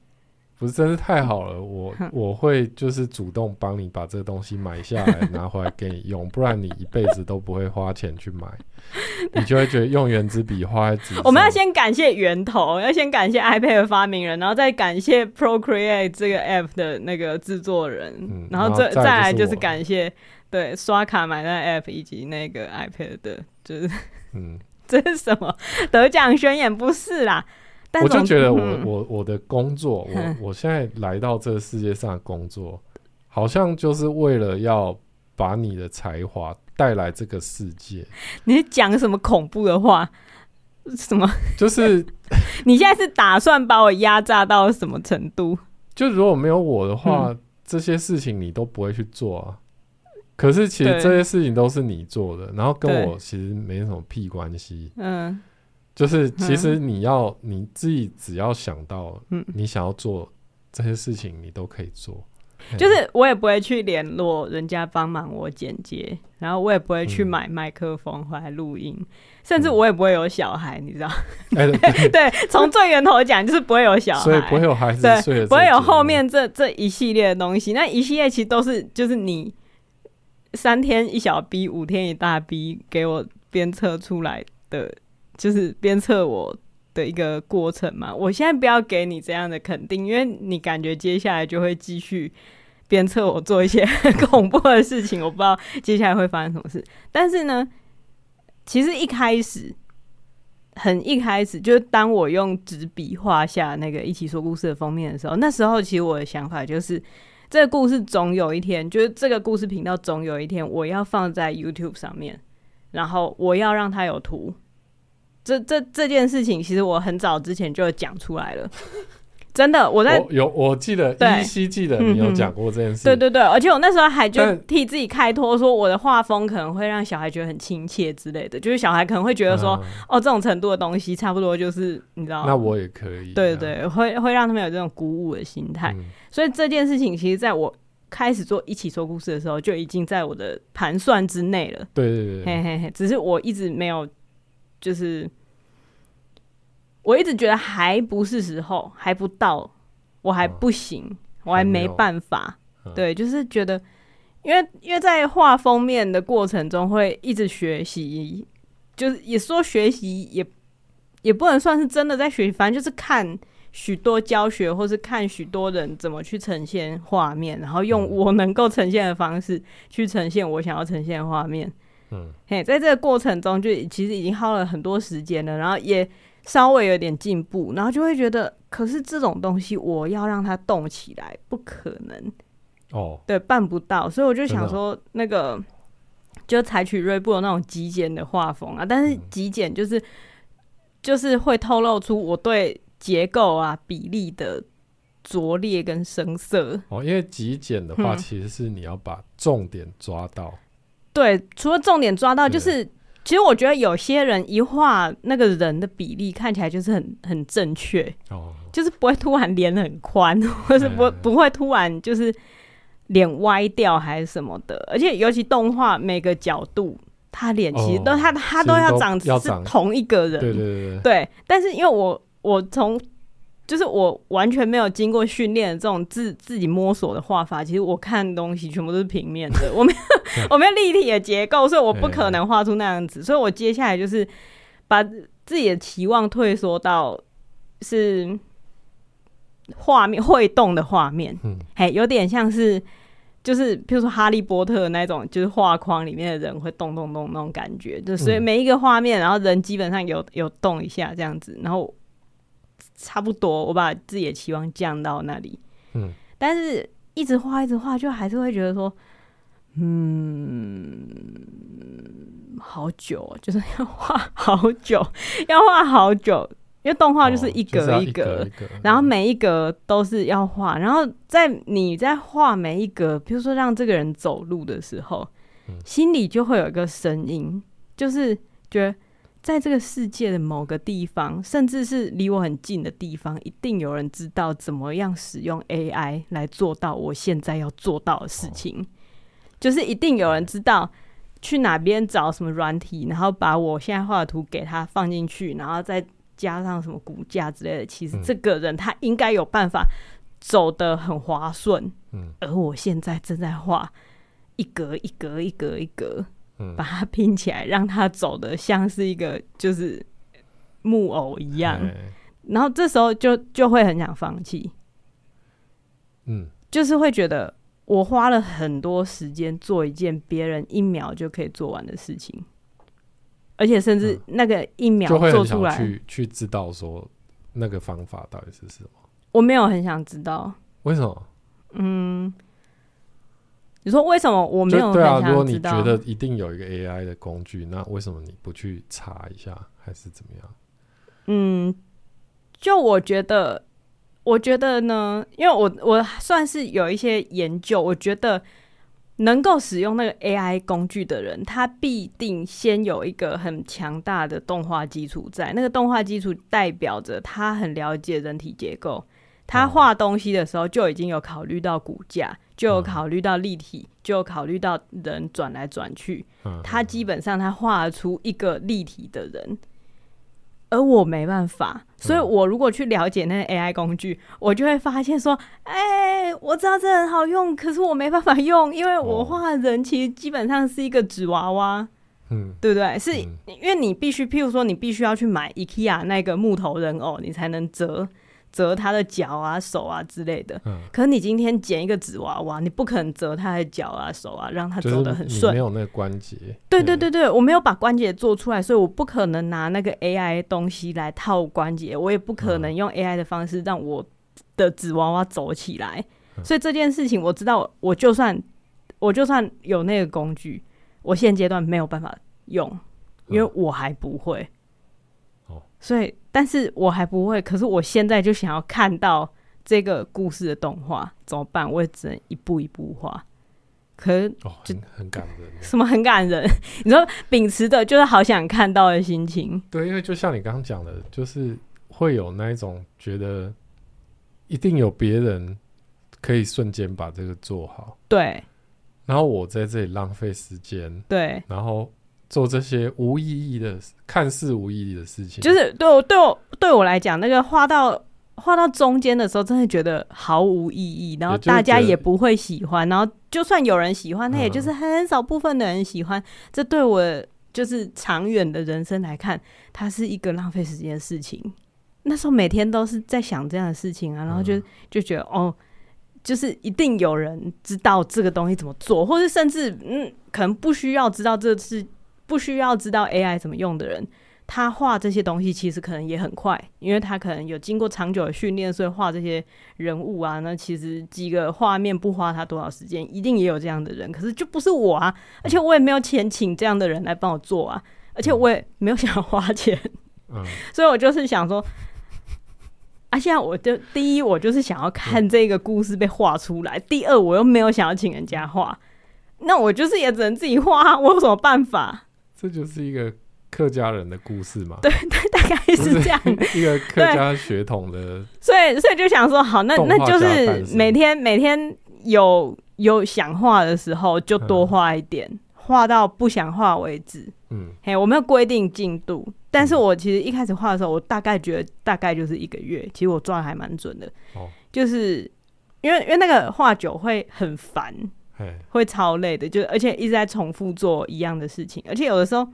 [SPEAKER 2] 不是，真是太好了！ 我
[SPEAKER 1] 哼
[SPEAKER 2] 我会就是主动帮你把这个东西买下来，拿回来给你用，不然你一辈子都不会花钱去 买，你就会觉得用原子笔画在纸上。
[SPEAKER 1] 我们要先感谢源头， 要先感谢 iPad 的发明人，然后再感谢 Procreate 这个 app 的那个制作人，
[SPEAKER 2] 嗯
[SPEAKER 1] 然后
[SPEAKER 2] 然后
[SPEAKER 1] 这
[SPEAKER 2] 再来
[SPEAKER 1] 再来
[SPEAKER 2] 就是
[SPEAKER 1] 就是
[SPEAKER 2] 我
[SPEAKER 1] 感谢对刷卡买那 app 以及那个 iPad 的，就是
[SPEAKER 2] 嗯，
[SPEAKER 1] 这是什么得奖宣言？不是啦，但
[SPEAKER 2] 我就
[SPEAKER 1] 总
[SPEAKER 2] 觉得我、
[SPEAKER 1] 嗯
[SPEAKER 2] 我我的工作，我
[SPEAKER 1] 哼
[SPEAKER 2] 我现在来到这个世界上的工作，好像就是为了要把你的才华带来这个世界。
[SPEAKER 1] 你讲什么恐怖的话？什么？
[SPEAKER 2] 就是
[SPEAKER 1] 你现在是打算把我压榨到什么程度？
[SPEAKER 2] 就如果没有我的话，
[SPEAKER 1] 嗯
[SPEAKER 2] 这些事情你都不会去做啊。可是其实
[SPEAKER 1] 对
[SPEAKER 2] 这些事情都是你做的，然后跟
[SPEAKER 1] 对
[SPEAKER 2] 我其实没什么屁关系。
[SPEAKER 1] 嗯
[SPEAKER 2] 就是其实你要你自己只要想到
[SPEAKER 1] 嗯，
[SPEAKER 2] 你想要做这些事情，你都可以做。
[SPEAKER 1] 就是我也不会去联络人家帮忙我剪接，然后我也不会去
[SPEAKER 2] 嗯
[SPEAKER 1] 买麦克风回来录音，甚至
[SPEAKER 2] 嗯
[SPEAKER 1] 我也不会有小孩，你知道？
[SPEAKER 2] 哎、对
[SPEAKER 1] 对，从最源头讲，就是不会有小孩，
[SPEAKER 2] 所以不会有孩子
[SPEAKER 1] 对
[SPEAKER 2] 睡了，
[SPEAKER 1] 不会有后。面这这一系列的东西。那一系列其实都是就是你三天一小逼，五天一大逼，给我鞭策出来的，就是鞭策我的一个过程嘛。我现在不要给你这样的肯定，因为你感觉接下来就会继续。鞭策我做一些 恐怖的事情，我不知道 接下来会发生什么事。但是呢，其实一开始，很一开始，就是当我用纸笔画下那个一起说故事的封面的时候，那时候其实我的想法就是，这个故事总有一天，就是这个故事频道总有一天，我要放在 YouTube 上面，然后我要让它有图。这这这件事情，其实我很早之前就讲出来了， 真的，我在
[SPEAKER 2] 我有，我记得
[SPEAKER 1] 对
[SPEAKER 2] 依稀记得
[SPEAKER 1] 嗯
[SPEAKER 2] 你有
[SPEAKER 1] 嗯
[SPEAKER 2] 讲过这件事。
[SPEAKER 1] 对对对，而且我那时候还就
[SPEAKER 2] 但
[SPEAKER 1] 替自己开脱，说我的画风可能会让小孩觉得很亲切之类的，就是小孩可能会觉得说，
[SPEAKER 2] 嗯
[SPEAKER 1] 哦，这种程度的东西差不多就是你知道，
[SPEAKER 2] 那我也可以。
[SPEAKER 1] 对
[SPEAKER 2] 这样，
[SPEAKER 1] 对，会会让他们有这种鼓舞的心态。
[SPEAKER 2] 嗯
[SPEAKER 1] 所以这件事情，其实在我开始做一起说故事的时候，就已经在我的盘算之内了。
[SPEAKER 2] 对对对
[SPEAKER 1] 嘿
[SPEAKER 2] 对，
[SPEAKER 1] 嘿嘿，只是我一直没有，就是我一直觉得还不是时候，还不到，我还
[SPEAKER 2] 嗯
[SPEAKER 1] 不行，我
[SPEAKER 2] 还
[SPEAKER 1] 还
[SPEAKER 2] 没
[SPEAKER 1] 没
[SPEAKER 2] 有
[SPEAKER 1] 办法。
[SPEAKER 2] 嗯
[SPEAKER 1] 对，就是觉得，因为因为在画封面的过程中会一直学习，就是也说学习也也不能算是真的在学习，反正就是看。许多教学，或是看许多人怎么去呈现画面，然后用
[SPEAKER 2] 嗯
[SPEAKER 1] 我能够呈现的方式去呈现我想要呈现的画面。
[SPEAKER 2] 嗯，
[SPEAKER 1] 嘿，在这个过程中就其实已经耗了很多时间了，然后也稍微有点进步，然后就会觉得，可是这种东西我要让它动起来，不可能，
[SPEAKER 2] 哦，
[SPEAKER 1] 对，办不到，所以我就想哦
[SPEAKER 2] 真的
[SPEAKER 1] 说，那个就采取锐步的那种极简的画风啊，但是
[SPEAKER 2] 嗯
[SPEAKER 1] 极简就是就是会透露出我对结构啊、比例的拙劣跟生涩，
[SPEAKER 2] 哦，因为极简的话，
[SPEAKER 1] 嗯
[SPEAKER 2] 其实是你要把重点抓到。
[SPEAKER 1] 对，除了重点抓到，就
[SPEAKER 2] 对
[SPEAKER 1] 是其实我觉得有些人一画那个人的比例看起来就是很很正确，
[SPEAKER 2] 哦，
[SPEAKER 1] 就是不会突然脸很宽， 或是不
[SPEAKER 2] 嗯
[SPEAKER 1] 不会突然就是脸歪掉还是什么的。而且尤其动画每个角度，他脸其实
[SPEAKER 2] 哦
[SPEAKER 1] 都、他他
[SPEAKER 2] 其
[SPEAKER 1] 都
[SPEAKER 2] 实
[SPEAKER 1] 要
[SPEAKER 2] 都
[SPEAKER 1] 长
[SPEAKER 2] 要
[SPEAKER 1] 是
[SPEAKER 2] 长
[SPEAKER 1] 同一个人，
[SPEAKER 2] 对对对对，
[SPEAKER 1] 对，但是因为我我从就是我完全没有经过训练的这种自自己摸索的画法，其实我看东西全部都是平面 的，我没有我没有立体的结构，所以我不可能画出那样
[SPEAKER 2] 嗯
[SPEAKER 1] 子，所以我接下来就是把自己的期望退缩到是画面会动的画面，
[SPEAKER 2] 嗯，
[SPEAKER 1] 嘿，有点像是。就是，譬如说《哈利波特》那种，就是画框里面的人会动动动那种感觉，就所以
[SPEAKER 2] 嗯
[SPEAKER 1] 每一个画面，然后人基本上有有动一下这样子，然后差不多我把自己的期望降到那里，
[SPEAKER 2] 嗯，
[SPEAKER 1] 但是一直画一直画，就还是会觉得说，嗯，好久哦， 就是要画好久，要画好久，因为动画就是
[SPEAKER 2] 哦
[SPEAKER 1] 一
[SPEAKER 2] 就是
[SPEAKER 1] 格
[SPEAKER 2] 要
[SPEAKER 1] 一
[SPEAKER 2] 一
[SPEAKER 1] 格，
[SPEAKER 2] 一格，
[SPEAKER 1] 然后每一格都是要画，然后在你在画每一格，比如说让这个人走路的时候，
[SPEAKER 2] 嗯
[SPEAKER 1] 心里就会有一个声音，就是觉得在这个世界的某个地方，甚至是离我很近的地方，一定有人知道怎么样使用 AI 来做到我现在要做到的事情，就是一定有人知道。去哪边找什么软体，然后把我现在画的图给它放进去，然后再加上什么骨架之类的，其实
[SPEAKER 2] 嗯
[SPEAKER 1] 这个人他应该有办法走得很滑顺。
[SPEAKER 2] 嗯
[SPEAKER 1] 而我现在正在画一格一格一格一格，
[SPEAKER 2] 嗯
[SPEAKER 1] 把它拼起来，让它走的像是一个就是木偶一样。
[SPEAKER 2] 哎
[SPEAKER 1] 然后这时候就就会很想放弃，
[SPEAKER 2] 嗯，
[SPEAKER 1] 就是会觉得我花了很多时间做一件别人一秒就可以做完的事情。而且甚至
[SPEAKER 2] 嗯
[SPEAKER 1] 那个一秒
[SPEAKER 2] 就会
[SPEAKER 1] 做
[SPEAKER 2] 很
[SPEAKER 1] 出
[SPEAKER 2] 想
[SPEAKER 1] 来，
[SPEAKER 2] 去去知道说那个方法到底是什么？
[SPEAKER 1] 我没有很想知道，
[SPEAKER 2] 为什么？
[SPEAKER 1] 你说为什么我没有
[SPEAKER 2] 就
[SPEAKER 1] 很
[SPEAKER 2] 对啊，
[SPEAKER 1] 想
[SPEAKER 2] 如果
[SPEAKER 1] 知
[SPEAKER 2] 你
[SPEAKER 1] 道？
[SPEAKER 2] 觉得一定有一个 AI 的工具，那为什么你不去查一下，还是怎么样？
[SPEAKER 1] 嗯，就我觉得，我觉得呢，因为我我算是有一些研究，我觉得能够使用那个 AI 工具的人，他必定先有一个很强大的动画基础在。那个动画基础代表着他很了解人体结构，他
[SPEAKER 2] 哦
[SPEAKER 1] 画东西的时候就已经有考虑到骨架，就有
[SPEAKER 2] 嗯
[SPEAKER 1] 考虑到立体，就有考虑到人转来转去。
[SPEAKER 2] 嗯，
[SPEAKER 1] 他基本上他画出一个立体的人，而我没办
[SPEAKER 2] 嗯
[SPEAKER 1] 法，所以我如果去了解那个 AI 工具，我就会发现说，哎、我知道这很好用，可是我没办法用，因为我
[SPEAKER 2] 哦
[SPEAKER 1] 画的人其实基本上是一个纸娃娃，
[SPEAKER 2] 嗯，
[SPEAKER 1] 对不对？是
[SPEAKER 2] 嗯
[SPEAKER 1] 因为你必须，譬如说你必须要去买 IKEA 那个木头人偶，你才能折折他的脚啊、手啊之类的。
[SPEAKER 2] 嗯
[SPEAKER 1] 可是你今天剪一个纸娃娃，你不可能折他的脚啊、手啊，让他
[SPEAKER 2] 就
[SPEAKER 1] 走得很
[SPEAKER 2] 是
[SPEAKER 1] 顺
[SPEAKER 2] 你没。有那个关节，嗯
[SPEAKER 1] 对对对对，我没有把关节做出来，所以我不可能拿那个 AI 东西来套关节，我也不可
[SPEAKER 2] 嗯
[SPEAKER 1] 能用 AI 的方式让我的纸娃娃走起来。
[SPEAKER 2] 嗯
[SPEAKER 1] 所以这件事情我知道，我就算我就算有那个工具，我现阶段没有办法用，因为我还不会。
[SPEAKER 2] 嗯哦
[SPEAKER 1] 所以但是我还不会，可是我现在就想要看到这个故事的动画，怎么办？我也只能一步一步画。可是
[SPEAKER 2] 哦，很很感人。
[SPEAKER 1] 什么很感人？你说秉持的就是好想看到的心情，
[SPEAKER 2] 对，因为就像你刚刚讲的，就是会有那一种觉得一定有别人可以瞬间把这个做好，
[SPEAKER 1] 对
[SPEAKER 2] 然后我在这里浪费时间，
[SPEAKER 1] 对，
[SPEAKER 2] 然后做这些无意义的、看似无意义的事情，
[SPEAKER 1] 就是对我对我对我来讲，那个画到画到中间的时候，真的觉得毫无意义，然后
[SPEAKER 2] 也就是觉得
[SPEAKER 1] 大家也不会喜欢，然后就算有人喜欢，
[SPEAKER 2] 嗯
[SPEAKER 1] 那也就是很少部分的人喜欢，这对我就是长远的人生来看，它是一个浪费时间的事情。那时候每天都是在想这样的事情啊，然后就、
[SPEAKER 2] 嗯
[SPEAKER 1] 就觉得哦，就是一定有人知道这个东西怎么做，或者甚至嗯，可能不需要知道这是不需要知道 AI 怎么用的人，他画这些东西其实可能也很快，因为他可能有经过长久的训练，所以画这些人物啊，那其实几个画面不花他多少时间，一定也有这样的人，可是就不是我啊，而且我也没有钱请这样的人来帮我做啊，而且我也没有想要花钱。
[SPEAKER 2] 嗯，
[SPEAKER 1] 所以我就是想说，啊，现在我就第一，我就是想要看这个故事被画出来；第二，我又没有想要请人家画，那我就是也只能自己画啊，我有什么办法？
[SPEAKER 2] 这就是一个客家人的故事嘛，
[SPEAKER 1] 对对，大概
[SPEAKER 2] 不
[SPEAKER 1] 是这样。
[SPEAKER 2] 一个客家血统的，
[SPEAKER 1] 所以，所以就想说，好，那
[SPEAKER 2] 动画
[SPEAKER 1] 那就
[SPEAKER 2] 加半
[SPEAKER 1] 是
[SPEAKER 2] 身
[SPEAKER 1] 每天每天有有想画的时候就多
[SPEAKER 2] 嗯
[SPEAKER 1] 画一点，画、到不想画为止。
[SPEAKER 2] 嗯，
[SPEAKER 1] 嘿，我没有规定进度，但是我其实一开始画的时候，我大概觉得大概就是一个月，其实我抓的还蛮准的。
[SPEAKER 2] 哦
[SPEAKER 1] 就是因为因为那个画久会很烦，
[SPEAKER 2] 哎，
[SPEAKER 1] 会超累的，就而且一直在重复做一样的事情，而且有的时候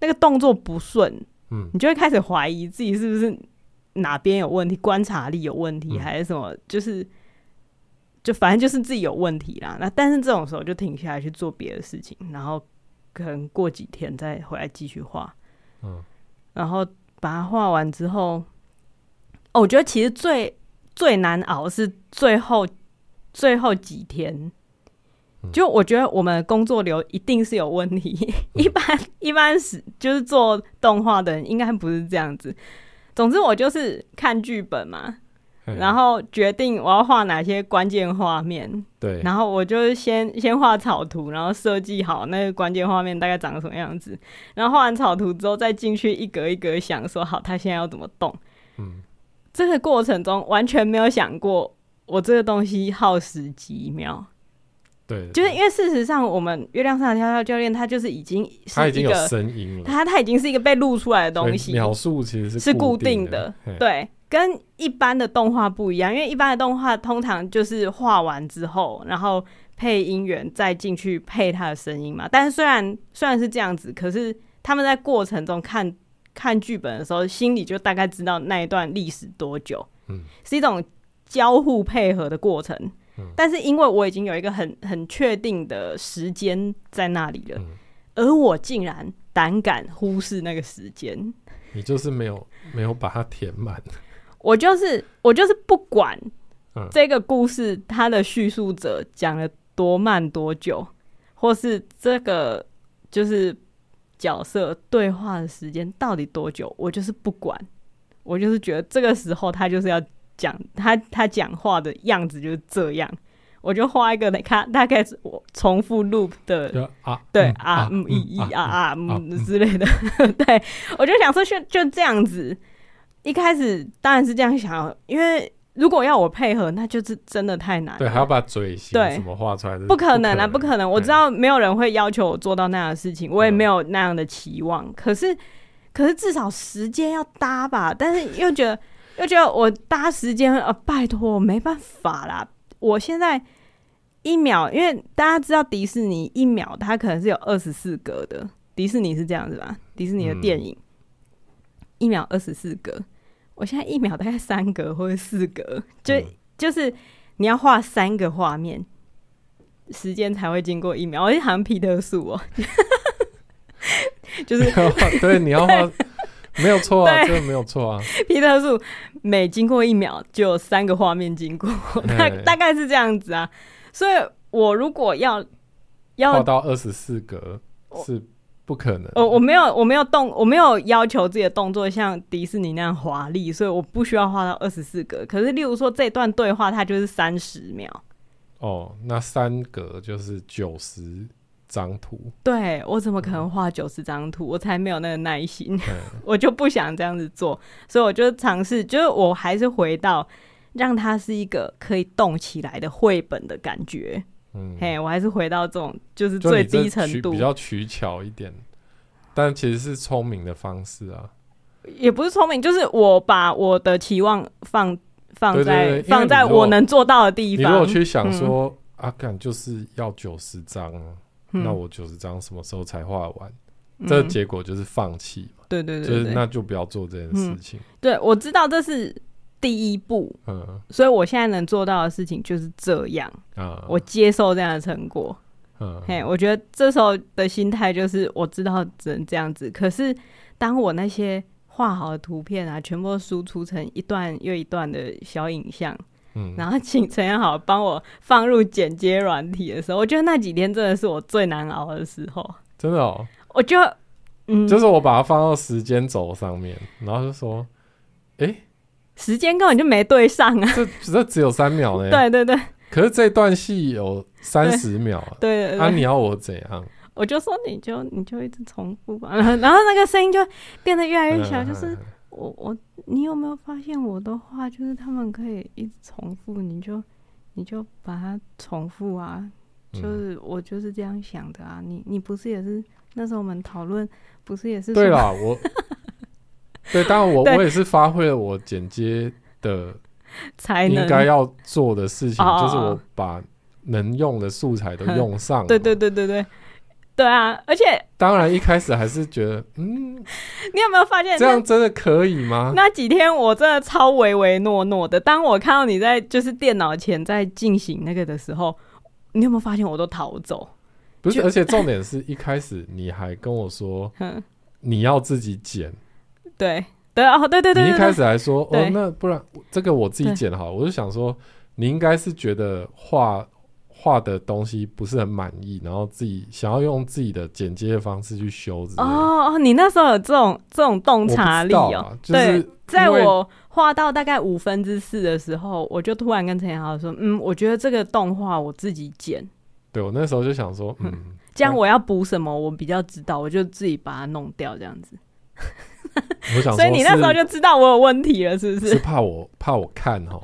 [SPEAKER 1] 那个动作不顺，
[SPEAKER 2] 嗯，
[SPEAKER 1] 你就会开始怀疑自己是不是哪边有问题，观察力有问题，
[SPEAKER 2] 嗯
[SPEAKER 1] 还是什么，就是就反正就是自己有问题啦。那但是这种时候就停下来去做别的事情，然后可能过几天再回来继续画，
[SPEAKER 2] 嗯，
[SPEAKER 1] 然后把它画完之后，哦，我觉得其实最最难熬是最后最后几天。
[SPEAKER 2] 嗯
[SPEAKER 1] 就我觉得我们工作流一定是有问题，
[SPEAKER 2] 嗯
[SPEAKER 1] 一般一般是就是做动画的人应该不是这样子。总之我就是看剧本嘛，
[SPEAKER 2] 嘿
[SPEAKER 1] 然后决定我要画哪些关键画面，
[SPEAKER 2] 对，
[SPEAKER 1] 然后我就先先画草图，然后设计好那个关键画面大概长什么样子，然后画完草图之后再进去一格一格想说好，他现在要怎么动。
[SPEAKER 2] 嗯，
[SPEAKER 1] 这个过程中完全没有想过我这个东西耗时几秒，
[SPEAKER 2] 对，
[SPEAKER 1] 就是因为事实上我们月亮上的跳跳教练他就是已经
[SPEAKER 2] 他
[SPEAKER 1] 是
[SPEAKER 2] 已经
[SPEAKER 1] 一
[SPEAKER 2] 有
[SPEAKER 1] 个
[SPEAKER 2] 声音了，
[SPEAKER 1] 他他已经是一个被录出来的
[SPEAKER 2] 嗯所以
[SPEAKER 1] 东西，
[SPEAKER 2] 描述其实
[SPEAKER 1] 是固
[SPEAKER 2] 定
[SPEAKER 1] 定的，
[SPEAKER 2] 嘿，
[SPEAKER 1] 对，跟一般的动画不一样，因为一般的动画通常就是画完之后，然后配音员再进去配他的声音嘛。但是虽然虽然是这样子，可是他们在过程中看看剧本的时候，心里就大概知道那一段历史多久，
[SPEAKER 2] 嗯，
[SPEAKER 1] 是一种交互配合的过程。
[SPEAKER 2] 嗯
[SPEAKER 1] 但是因为我已经有一个很很确定的时间在那里了，
[SPEAKER 2] 嗯
[SPEAKER 1] 而我竟然胆敢忽视那个时间，
[SPEAKER 2] 你就是没有没有把它填满，
[SPEAKER 1] 我就是我就是不管
[SPEAKER 2] 嗯
[SPEAKER 1] 这个故事它的叙述者讲了多慢多久，或是这个就是角色对话的时间到底多久，我就是不管，我就是觉得这个时候他就是要讲他他讲话的样子就是这样，我就画一个他大概是我重复 loop 的
[SPEAKER 2] 就啊，
[SPEAKER 1] 对
[SPEAKER 2] 嗯
[SPEAKER 1] 啊嗯一一啊啊嗯之类的， 对我就想说就就这样子。一开始当然是这样想，因为如果要我配合，那就是真的太难
[SPEAKER 2] 对，
[SPEAKER 1] 了。
[SPEAKER 2] 还要把嘴型
[SPEAKER 1] 对
[SPEAKER 2] 什么画出来的，
[SPEAKER 1] 不可能啊，不可能！我
[SPEAKER 2] 对
[SPEAKER 1] 知道没有人会要求我做到那样的事情，我也
[SPEAKER 2] 嗯
[SPEAKER 1] 没有那样的期望。可是，可是至少时间要搭吧。但是又觉得，又觉得我搭时间，呃，拜托，我没办法啦。我现在一秒，因为大家知道迪士尼一秒它可能是有二十四格的，迪士尼是这样子吧？迪士尼的电影、一秒二十四格，我现在一秒大概三格或者四格，就、
[SPEAKER 2] 嗯
[SPEAKER 1] 就是你要画三个画面，时间才会经过一秒。我就好像皮特树哦， 就是
[SPEAKER 2] 要画， 对，你要画，没有错啊，
[SPEAKER 1] 对
[SPEAKER 2] 这个没有错啊，
[SPEAKER 1] 皮特树每经过一秒就有三个画面经过， 大
[SPEAKER 2] 嘿
[SPEAKER 1] 大概是这样子啊。所以我如果要
[SPEAKER 2] 画
[SPEAKER 1] 要
[SPEAKER 2] 到二十四格
[SPEAKER 1] 我哦
[SPEAKER 2] 是不可能。
[SPEAKER 1] 我我没有我没有动我没有要求自己的动作像迪士尼那样华丽，所以我不需要画到二十四格。可是例如说这段对话，它就是三十秒。
[SPEAKER 2] 哦，那三格就是九十张图，
[SPEAKER 1] 对我怎么可能画九十张图？我才没有那个耐心，
[SPEAKER 2] 嗯
[SPEAKER 1] 我就不想这样子做，所以我就尝试，就是我还是回到让它是一个可以动起来的绘本的感觉。
[SPEAKER 2] 嗯，
[SPEAKER 1] 嘿，我还是回到这种就是
[SPEAKER 2] 就
[SPEAKER 1] 最
[SPEAKER 2] 你这
[SPEAKER 1] 低程
[SPEAKER 2] 取
[SPEAKER 1] 度
[SPEAKER 2] 比，较取巧一点，但其实是聪明的方式啊。
[SPEAKER 1] 也不是聪明，就是我把我的期望放放
[SPEAKER 2] 对对
[SPEAKER 1] 在
[SPEAKER 2] 对因为
[SPEAKER 1] 放在
[SPEAKER 2] 你如果
[SPEAKER 1] 我能做到的地
[SPEAKER 2] 你如果
[SPEAKER 1] 方。
[SPEAKER 2] 去想说、啊，干就是要九十张啊，
[SPEAKER 1] 嗯
[SPEAKER 2] 那我九十张什么时候才画完？
[SPEAKER 1] 嗯
[SPEAKER 2] 这结果就是放弃嘛，
[SPEAKER 1] 对对
[SPEAKER 2] 就
[SPEAKER 1] 对嗯
[SPEAKER 2] 是
[SPEAKER 1] 对，
[SPEAKER 2] 那就不要做这件事情。
[SPEAKER 1] 对我知道这是第一步，
[SPEAKER 2] 嗯
[SPEAKER 1] 所以我现在能做到的事情就是这样，
[SPEAKER 2] 啊，
[SPEAKER 1] 我接受这样的成果。
[SPEAKER 2] 嗯
[SPEAKER 1] 嘿，我觉得这时候的心态就是我知道只能这样子，可是当我那些画好的图片啊，全部都输出成一段又一段的小影像，
[SPEAKER 2] 嗯，
[SPEAKER 1] 然后请陈彦豪帮我放入剪接软体的时候，我觉得那几天真的是我最难熬的时候。
[SPEAKER 2] 真的哦，
[SPEAKER 1] 我就嗯，
[SPEAKER 2] 就是我把它放到时间轴上面，然后就说，诶，
[SPEAKER 1] 时间根本就没对上啊！
[SPEAKER 2] 这这只有三秒呢，，
[SPEAKER 1] 对对对
[SPEAKER 2] 可是这段戏有三十秒啊，
[SPEAKER 1] 对对
[SPEAKER 2] 啊，
[SPEAKER 1] 对，
[SPEAKER 2] 你要我怎样？
[SPEAKER 1] 我就说你就你就一直重复吧，然 后然后那个声音就变得越来越小，
[SPEAKER 2] 嗯
[SPEAKER 1] 就是我我，你有没有发现我的话，就是他们可以一直重复，你就你就把它重复啊，就
[SPEAKER 2] 嗯
[SPEAKER 1] 是我就是这样想的啊。你你不是也是那时候我们讨论，不是也是
[SPEAKER 2] 对
[SPEAKER 1] 说
[SPEAKER 2] 啦，我对，当然我
[SPEAKER 1] 对
[SPEAKER 2] 我也是发挥了我剪接的
[SPEAKER 1] 才能
[SPEAKER 2] 应该要做的事情，
[SPEAKER 1] 哎哦哦哦嗯
[SPEAKER 2] 就是我把能用的素材都用上了。
[SPEAKER 1] 对对对对对对啊！而且
[SPEAKER 2] 当然一开始还是觉得，嗯，
[SPEAKER 1] 你有没有发现
[SPEAKER 2] 这
[SPEAKER 1] 那
[SPEAKER 2] 样真的可以吗？
[SPEAKER 1] 那几天我真的超唯唯诺诺的。当我看到你在就是电脑前在进行那个的时候，你有没有发现我都逃走？
[SPEAKER 2] 不是，而且重点是一开始你还跟我说
[SPEAKER 1] 哼，
[SPEAKER 2] 你要自己剪，
[SPEAKER 1] 对对哦，对对对
[SPEAKER 2] 你
[SPEAKER 1] 对对
[SPEAKER 2] 一开始还说哦
[SPEAKER 1] 对，
[SPEAKER 2] 那不然这个我自己
[SPEAKER 1] 对
[SPEAKER 2] 剪好了，我就想说你应该是觉得画画的东西不是很满意，然后自己想要用自己的剪接的方式去修之类的。
[SPEAKER 1] 哦哦，你那时候有这种这种洞
[SPEAKER 2] 我不
[SPEAKER 1] 察
[SPEAKER 2] 知
[SPEAKER 1] 力
[SPEAKER 2] 道
[SPEAKER 1] 哦
[SPEAKER 2] 啊，就是
[SPEAKER 1] 对，在
[SPEAKER 2] 因为
[SPEAKER 1] 我画到大概五分之四的时候，我就突然跟陈彦豪说：“嗯，我觉得这个动画我自己剪，
[SPEAKER 2] 对我那时候就想说，嗯，
[SPEAKER 1] 这样
[SPEAKER 2] 嗯
[SPEAKER 1] 我要补什么我比较知道，我就自己把它弄掉这样子。
[SPEAKER 2] 我想说是，
[SPEAKER 1] 所以你那时候就知道我有问题了，是不
[SPEAKER 2] 是
[SPEAKER 1] 是？
[SPEAKER 2] 怕我怕我看哈。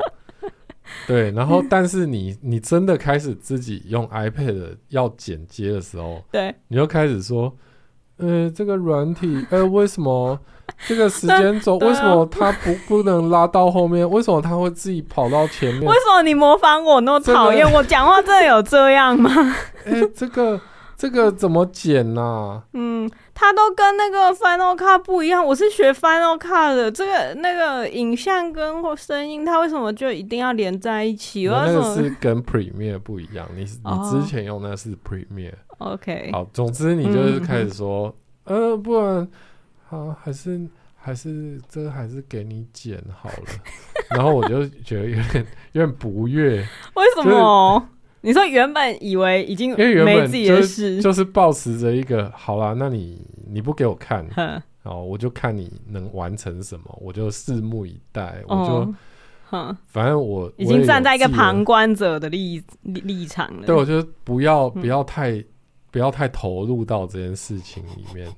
[SPEAKER 2] 对，然后但是你你真的开始自己用 iPad 的要剪接的时候，
[SPEAKER 1] 对
[SPEAKER 2] 你就开始说，呃，这个软体，呃，为什么这个时间轴
[SPEAKER 1] 对啊
[SPEAKER 2] 为什么它不不能拉到后面？为什么它会自己跑到前面
[SPEAKER 1] 为？什么你模仿我那么讨厌？
[SPEAKER 2] 真
[SPEAKER 1] 我讲话真的有这样吗？
[SPEAKER 2] 哎、这个这个怎么剪呐、
[SPEAKER 1] 嗯，他都跟那个 Final Cut 不一样，我是学 Final Cut 的，这个那个影像跟或声音，它为什么就一定要连在一起？
[SPEAKER 2] 你
[SPEAKER 1] 我要
[SPEAKER 2] 那
[SPEAKER 1] 怎
[SPEAKER 2] 个
[SPEAKER 1] 啊么
[SPEAKER 2] 是跟 Premiere 不一样，你是你
[SPEAKER 1] 哦
[SPEAKER 2] 之前用那是 Premiere。
[SPEAKER 1] ？OK，嗯
[SPEAKER 2] 好，总之你就是开始说，呃，不然啊，还是还是这个还是给你剪好了。 然后我就觉得有点有点不悦，
[SPEAKER 1] 为什么？你说原本以为已经
[SPEAKER 2] 因为原
[SPEAKER 1] 没
[SPEAKER 2] 本
[SPEAKER 1] 自己的
[SPEAKER 2] 就
[SPEAKER 1] 事，
[SPEAKER 2] 就是抱持着一个好啦，那你你不给我看，
[SPEAKER 1] 哼
[SPEAKER 2] 然后我就看你能完成什么，我就拭目以待。我就、
[SPEAKER 1] 哦，哼，
[SPEAKER 2] 反正我
[SPEAKER 1] 已经站在一个，旁
[SPEAKER 2] 我
[SPEAKER 1] 观者的立立立场了。
[SPEAKER 2] 也有自己的对我觉得不要
[SPEAKER 1] 嗯
[SPEAKER 2] 不要太、不要太投入到这件事情里面，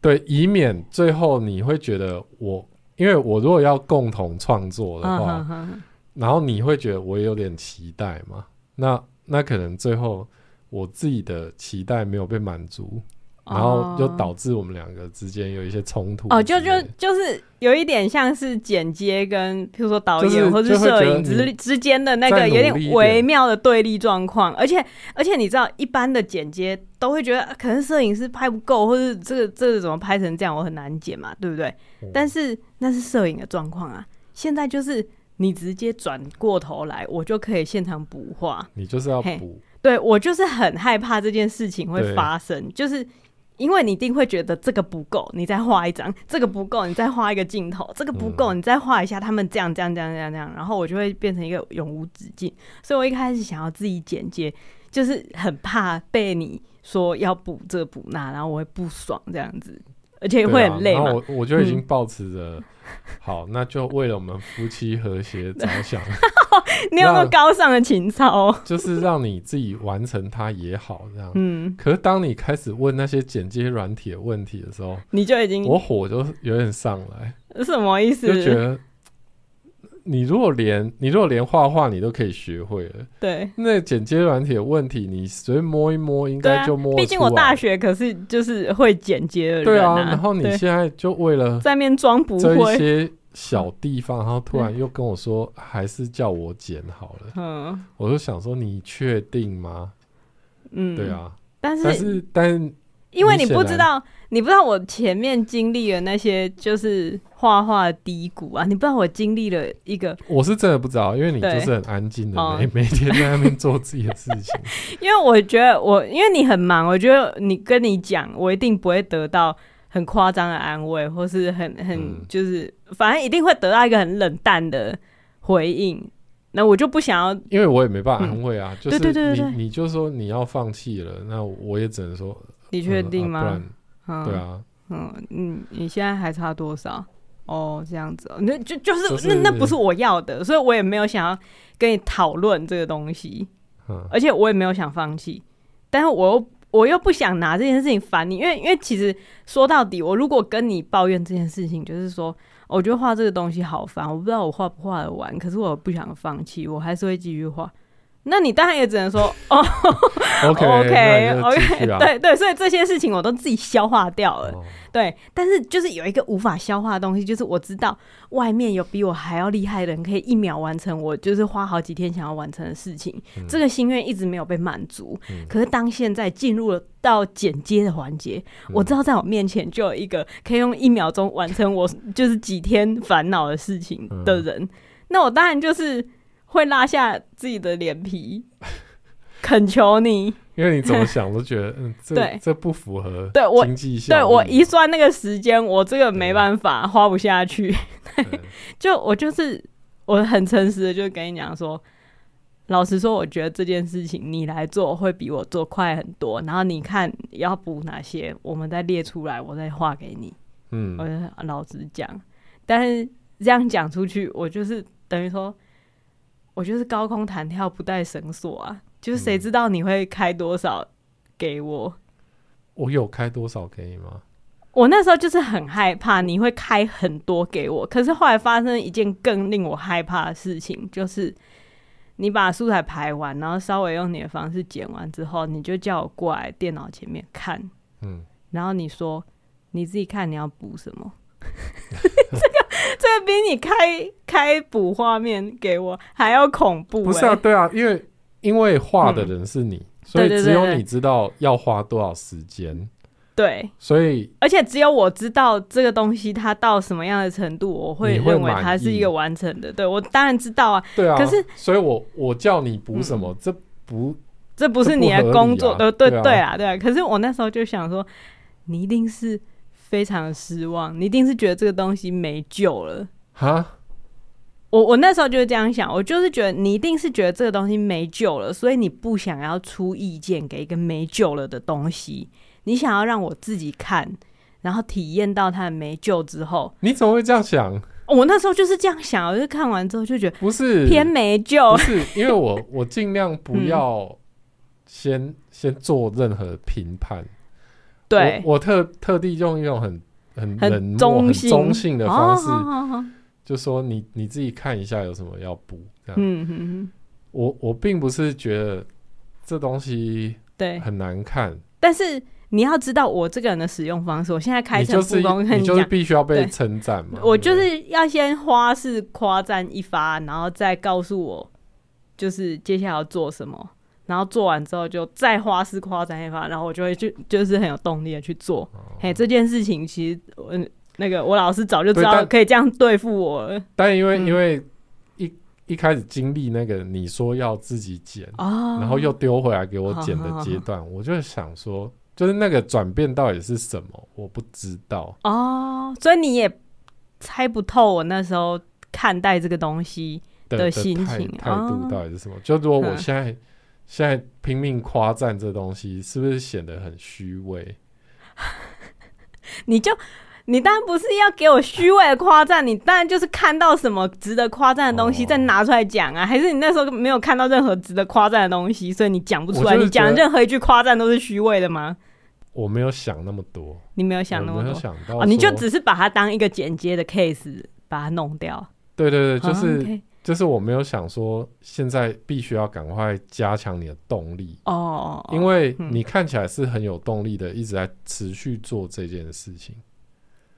[SPEAKER 2] 对，以免最后你会觉得我，因为我如果要共同创作的
[SPEAKER 1] 嗯
[SPEAKER 2] 话，
[SPEAKER 1] 哼哼，
[SPEAKER 2] 然后你会觉得我有点期待嘛？那那可能最后我自己的期待没有被满足，然后就
[SPEAKER 1] 哦
[SPEAKER 2] 导致我们两个之间有一些冲突之类的。
[SPEAKER 1] 哦，就就就是有一点像是剪接跟，譬如说导
[SPEAKER 2] 就是
[SPEAKER 1] 演或
[SPEAKER 2] 就会
[SPEAKER 1] 摄
[SPEAKER 2] 觉得
[SPEAKER 1] 影
[SPEAKER 2] 你
[SPEAKER 1] 之之间的那
[SPEAKER 2] 再
[SPEAKER 1] 个
[SPEAKER 2] 努
[SPEAKER 1] 有点
[SPEAKER 2] 力一点
[SPEAKER 1] 微妙的对立状况，而且而且你知道，一般的剪接都会觉得啊可能摄影师拍不够，或是这个这个怎么拍成这样，我很难剪嘛，对不对？
[SPEAKER 2] 嗯
[SPEAKER 1] 但是那是摄影的状况啊，现在就是你直接转过头来，我就可以现场补画，
[SPEAKER 2] 你就是要
[SPEAKER 1] 嘿
[SPEAKER 2] 补，
[SPEAKER 1] 对我就是很害怕这件事情会
[SPEAKER 2] 对
[SPEAKER 1] 发生，就是因为你一定会觉得这个不够，你再画一张；这个不够，你再画一个镜头；这个不够，
[SPEAKER 2] 嗯
[SPEAKER 1] 你再画一下。他们这样这样这样这样这样，然后我就会变成一个永无止境。所以我一开始想要自己剪接，就是很怕被你说要补这补那，然后我会不爽这样子，而且
[SPEAKER 2] 对
[SPEAKER 1] 会
[SPEAKER 2] 啊
[SPEAKER 1] 很累
[SPEAKER 2] 然
[SPEAKER 1] 嘛。嗯
[SPEAKER 2] 后我我就已经抱持着，好，那就为了我们夫妻和谐着 想，
[SPEAKER 1] 你有没有
[SPEAKER 2] 那
[SPEAKER 1] 高尚的情操？
[SPEAKER 2] 就是让你自己完成它也好，这样。
[SPEAKER 1] 嗯，
[SPEAKER 2] 可是当你开始问那些剪接软体的问题的时候，
[SPEAKER 1] 你就已经
[SPEAKER 2] 我火就有点上来。
[SPEAKER 1] 什么意思
[SPEAKER 2] 就？觉得你如果连你如果连画画你都可以学会了，
[SPEAKER 1] 对。
[SPEAKER 2] 那剪接软体的问题，你随便摸一摸应
[SPEAKER 1] 对
[SPEAKER 2] 该
[SPEAKER 1] 啊
[SPEAKER 2] 就摸，得
[SPEAKER 1] 毕竟我
[SPEAKER 2] 出来
[SPEAKER 1] 大学可是就是会剪接的人、
[SPEAKER 2] 对
[SPEAKER 1] 啊，
[SPEAKER 2] 然后你
[SPEAKER 1] 对
[SPEAKER 2] 现在就为了
[SPEAKER 1] 在面装不
[SPEAKER 2] 这一
[SPEAKER 1] 会，
[SPEAKER 2] 些小地方，然后突然又跟我说还是叫我剪好了，
[SPEAKER 1] 嗯
[SPEAKER 2] 我就想说你确定吗？
[SPEAKER 1] 嗯，
[SPEAKER 2] 对。啊，
[SPEAKER 1] 但是
[SPEAKER 2] 但是但是
[SPEAKER 1] 因为
[SPEAKER 2] 你
[SPEAKER 1] 你
[SPEAKER 2] 显啊
[SPEAKER 1] 不知
[SPEAKER 2] 然
[SPEAKER 1] 道，你不知道我前面经历了那些就是画画低谷啊，你不知道我经历了一个，
[SPEAKER 2] 我是真的不知道，因为你就
[SPEAKER 1] 对
[SPEAKER 2] 是很安静的
[SPEAKER 1] 哦
[SPEAKER 2] 每每 天在那边做自己的事 情，
[SPEAKER 1] 因为我觉得我因为你很忙，我觉得你跟你讲，我一定不会得到。很夸张的安慰，或是很
[SPEAKER 2] 嗯
[SPEAKER 1] 很就是，反正一定会得到一个很冷淡的回应。那我就不想要
[SPEAKER 2] 因为我也没办法安慰啊，就是
[SPEAKER 1] 嗯
[SPEAKER 2] 你
[SPEAKER 1] 对对对对
[SPEAKER 2] 你就说你要放弃了，那我也只能说，
[SPEAKER 1] 你
[SPEAKER 2] 你
[SPEAKER 1] 确定吗？嗯
[SPEAKER 2] 啊不然对啊，
[SPEAKER 1] 嗯，你你现在还差多少？哦，这样子、哦，那就就是、
[SPEAKER 2] 就是
[SPEAKER 1] 那那不是我要的，所以我也没有想要跟你讨论这个东西，
[SPEAKER 2] 嗯，
[SPEAKER 1] 而且我也没有想放弃，但是我又我又不想拿这件事情烦你，因为因为其实说到底，我如果跟你抱怨这件事情，就是说，哦我觉得画这个东西好烦，我不知道我画不画得完，可是我不想放弃，我还是会继续画。那你当然也只能说，哦
[SPEAKER 2] OK
[SPEAKER 1] OK
[SPEAKER 2] 那你就继
[SPEAKER 1] OK，
[SPEAKER 2] 续啊，
[SPEAKER 1] 对对，所以这些事情我都自己消化掉了。
[SPEAKER 2] 哦，
[SPEAKER 1] 对，但是就是有一个无法消化的东西，就是我知道外面有比我还要厉害的人，可以一秒完成我就是花好几天想要完成的事情。
[SPEAKER 2] 嗯
[SPEAKER 1] 这个心愿一直没有被满足，
[SPEAKER 2] 嗯
[SPEAKER 1] 可是当现在进入了到剪接的环节，
[SPEAKER 2] 嗯
[SPEAKER 1] 我知道在我面前就有一个可以用一秒钟完成我就是几天烦恼的事情的人，
[SPEAKER 2] 嗯
[SPEAKER 1] 那我当然就是会拉下自己的脸皮， 恳求你。
[SPEAKER 2] 因为你怎么想都觉得，嗯，这
[SPEAKER 1] 对
[SPEAKER 2] 这不符合
[SPEAKER 1] 对我
[SPEAKER 2] 经济 效益
[SPEAKER 1] 对我一算那个时间，我这个没办法，花不下去。
[SPEAKER 2] 对
[SPEAKER 1] 就我就是我很诚实的，就跟你讲说，老实说，我觉得这件事情你来做会比我做快很多。然后你看要补哪些，我们再列出来，我再画给你。我
[SPEAKER 2] 嗯，
[SPEAKER 1] 就老实讲，但是这样讲出去，我就是等于说，我就是高空弹跳不带绳索啊，就是谁
[SPEAKER 2] 嗯
[SPEAKER 1] 知道你会开多少给我。
[SPEAKER 2] 我有开多少给你吗？
[SPEAKER 1] 我那时候就是很害怕你会开很多给我，可是后来发生一件更令我害怕的事情，就是你把素材排完，然后稍微用你的方式剪完之后，你就叫我过来电脑前面看，
[SPEAKER 2] 嗯，
[SPEAKER 1] 然后你说你自己看你要补什么， 这个这个比你开开补画面给我还要恐怖、欸，嗯
[SPEAKER 2] 不是啊，对啊，因为因为画的人是你，所以
[SPEAKER 1] 对对
[SPEAKER 2] 只有
[SPEAKER 1] 对
[SPEAKER 2] 你知道要花多少时间，
[SPEAKER 1] 对，
[SPEAKER 2] 所以
[SPEAKER 1] 而且只有我知道这个东西它到什么样的程度，我会
[SPEAKER 2] 你会
[SPEAKER 1] 认为
[SPEAKER 2] 满
[SPEAKER 1] 它是
[SPEAKER 2] 意
[SPEAKER 1] 一个完整的。对我当然知道啊，
[SPEAKER 2] 对啊，
[SPEAKER 1] 可是嗯
[SPEAKER 2] 所以我我叫你补什么，这不
[SPEAKER 1] 这不是你
[SPEAKER 2] 这
[SPEAKER 1] 的
[SPEAKER 2] 不合理啊
[SPEAKER 1] 工作，呃，
[SPEAKER 2] 对
[SPEAKER 1] 对
[SPEAKER 2] 啊
[SPEAKER 1] 对啦，对啊。可是我那时候就想说，你一定是非常的失望，你一定是觉得这个东西没救了。
[SPEAKER 2] 哈，
[SPEAKER 1] 我我那时候就是这样想，我就是觉得你一定是觉得这个东西没救了，所以你不想要出意见给一个没救了的东西，你想要让我自己看，然后体验到它的没救之后，
[SPEAKER 2] 你怎么会这样想？
[SPEAKER 1] 我那时候就是这样想，我就看完之后就觉得
[SPEAKER 2] 不是
[SPEAKER 1] 偏没救
[SPEAKER 2] 不。是，因为我我尽量不
[SPEAKER 1] 嗯
[SPEAKER 2] 要先、先做任何评判。
[SPEAKER 1] 对，
[SPEAKER 2] 我，我特特地用一种很很
[SPEAKER 1] 很
[SPEAKER 2] 冷漠、很
[SPEAKER 1] 中性
[SPEAKER 2] 中性的
[SPEAKER 1] 哦
[SPEAKER 2] 方式，嗯
[SPEAKER 1] 好好好
[SPEAKER 2] 就说你你自己看一下有什么要补。这样，
[SPEAKER 1] 嗯嗯嗯，
[SPEAKER 2] 我我并不是觉得这东西
[SPEAKER 1] 对。
[SPEAKER 2] 很难看，
[SPEAKER 1] 但是你要知道我这个人的使用方式，我现在开
[SPEAKER 2] 你
[SPEAKER 1] 诚
[SPEAKER 2] 就
[SPEAKER 1] 布
[SPEAKER 2] 是
[SPEAKER 1] 公跟
[SPEAKER 2] 你就
[SPEAKER 1] 讲
[SPEAKER 2] 是，必须要被
[SPEAKER 1] 对
[SPEAKER 2] 称赞嘛。
[SPEAKER 1] 我
[SPEAKER 2] 对
[SPEAKER 1] 就
[SPEAKER 2] 不对
[SPEAKER 1] 是要先花式夸赞一发，然后再告诉我就是接下来要做什么，然后做完之后就再花式夸赞一发，然后我就会去就是很有动力的去做。
[SPEAKER 2] 哦
[SPEAKER 1] 嘿，这件事情其实嗯。那个我老师早就知
[SPEAKER 2] 对
[SPEAKER 1] 道
[SPEAKER 2] 但
[SPEAKER 1] 可以这样对付我了
[SPEAKER 2] 但因为、
[SPEAKER 1] 嗯
[SPEAKER 2] 因为一一开始经历那个你说要自己剪，
[SPEAKER 1] 哦，
[SPEAKER 2] 然后又丢回来给我剪的阶段，我就想说，就是那个转变到底是什么，我不知道。
[SPEAKER 1] 哦，所以你也猜不透我那时候看待这个东西
[SPEAKER 2] 的
[SPEAKER 1] 的
[SPEAKER 2] 的
[SPEAKER 1] 心情
[SPEAKER 2] 态态度
[SPEAKER 1] 哦
[SPEAKER 2] 到底是什么？就如果我
[SPEAKER 1] 嗯
[SPEAKER 2] 现在、现在拼命夸赞这东西，是不是显得很虚伪？
[SPEAKER 1] 你就你当然不是要给我虚伪的夸赞，你当然就是看到什么值得夸赞的东西
[SPEAKER 2] 哦
[SPEAKER 1] 再拿出来讲啊，还是你那时候没有看到任何值得夸赞的东西，所以你讲不出
[SPEAKER 2] 我
[SPEAKER 1] 来，
[SPEAKER 2] 就是
[SPEAKER 1] 你讲
[SPEAKER 2] 觉得
[SPEAKER 1] 任何一句夸赞都是虚伪的吗？
[SPEAKER 2] 我没有想那么多，
[SPEAKER 1] 你没有想那
[SPEAKER 2] 我
[SPEAKER 1] 么
[SPEAKER 2] 没有
[SPEAKER 1] 多
[SPEAKER 2] 想到说、
[SPEAKER 1] 哦，你就只是把它当一个剪接的 case 把它弄掉，
[SPEAKER 2] 对对对，就是、
[SPEAKER 1] 哦，OK
[SPEAKER 2] 就是我没有想说现在必须要赶快加强你的动力。
[SPEAKER 1] 哦哦，哦
[SPEAKER 2] 因为
[SPEAKER 1] 嗯
[SPEAKER 2] 你看起来是很有动力的，一直在持续做这件事情，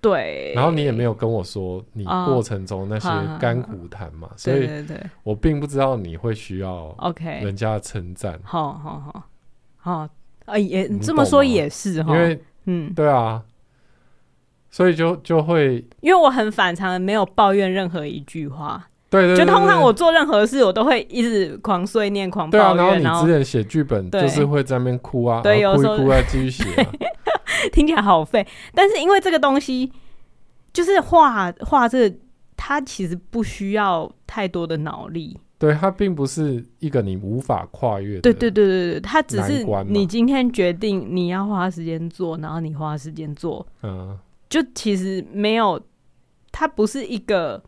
[SPEAKER 1] 对，
[SPEAKER 2] 然后你也没有跟我说你
[SPEAKER 1] 啊
[SPEAKER 2] 过程中那些
[SPEAKER 1] 啊啊
[SPEAKER 2] 甘苦谈嘛，所
[SPEAKER 1] 对
[SPEAKER 2] 以
[SPEAKER 1] 对对
[SPEAKER 2] 我并不知道你会需要
[SPEAKER 1] ，OK，
[SPEAKER 2] 人家的称赞，
[SPEAKER 1] 好好好好，啊也
[SPEAKER 2] 你
[SPEAKER 1] 这么
[SPEAKER 2] 懂
[SPEAKER 1] 说
[SPEAKER 2] 吗
[SPEAKER 1] 也是哈，
[SPEAKER 2] 因为
[SPEAKER 1] 嗯，
[SPEAKER 2] 对啊，所以就就会
[SPEAKER 1] 因为我很反常的没有抱怨任何一句话。
[SPEAKER 2] 对对对
[SPEAKER 1] 就通常
[SPEAKER 2] 对
[SPEAKER 1] 我做任何事，我都会一直狂碎念、狂
[SPEAKER 2] 对
[SPEAKER 1] 抱
[SPEAKER 2] 啊，然
[SPEAKER 1] 怨，然
[SPEAKER 2] 后
[SPEAKER 1] 后
[SPEAKER 2] 你之前写剧本
[SPEAKER 1] 对
[SPEAKER 2] 就是会在那边哭啊，
[SPEAKER 1] 对
[SPEAKER 2] 然后
[SPEAKER 1] 有时候
[SPEAKER 2] 哭一哭再继续写啊，
[SPEAKER 1] 听起来好废。但是因为这个东西，就是画画这个，它其实不需要太多的脑力。
[SPEAKER 2] 对，它并不是一个你无法跨越的，
[SPEAKER 1] 对对对对对，它只是
[SPEAKER 2] 难关嘛
[SPEAKER 1] 你今天决定你要花时间做，然后你花时间做，
[SPEAKER 2] 嗯，
[SPEAKER 1] 就其实没有，它不是一个，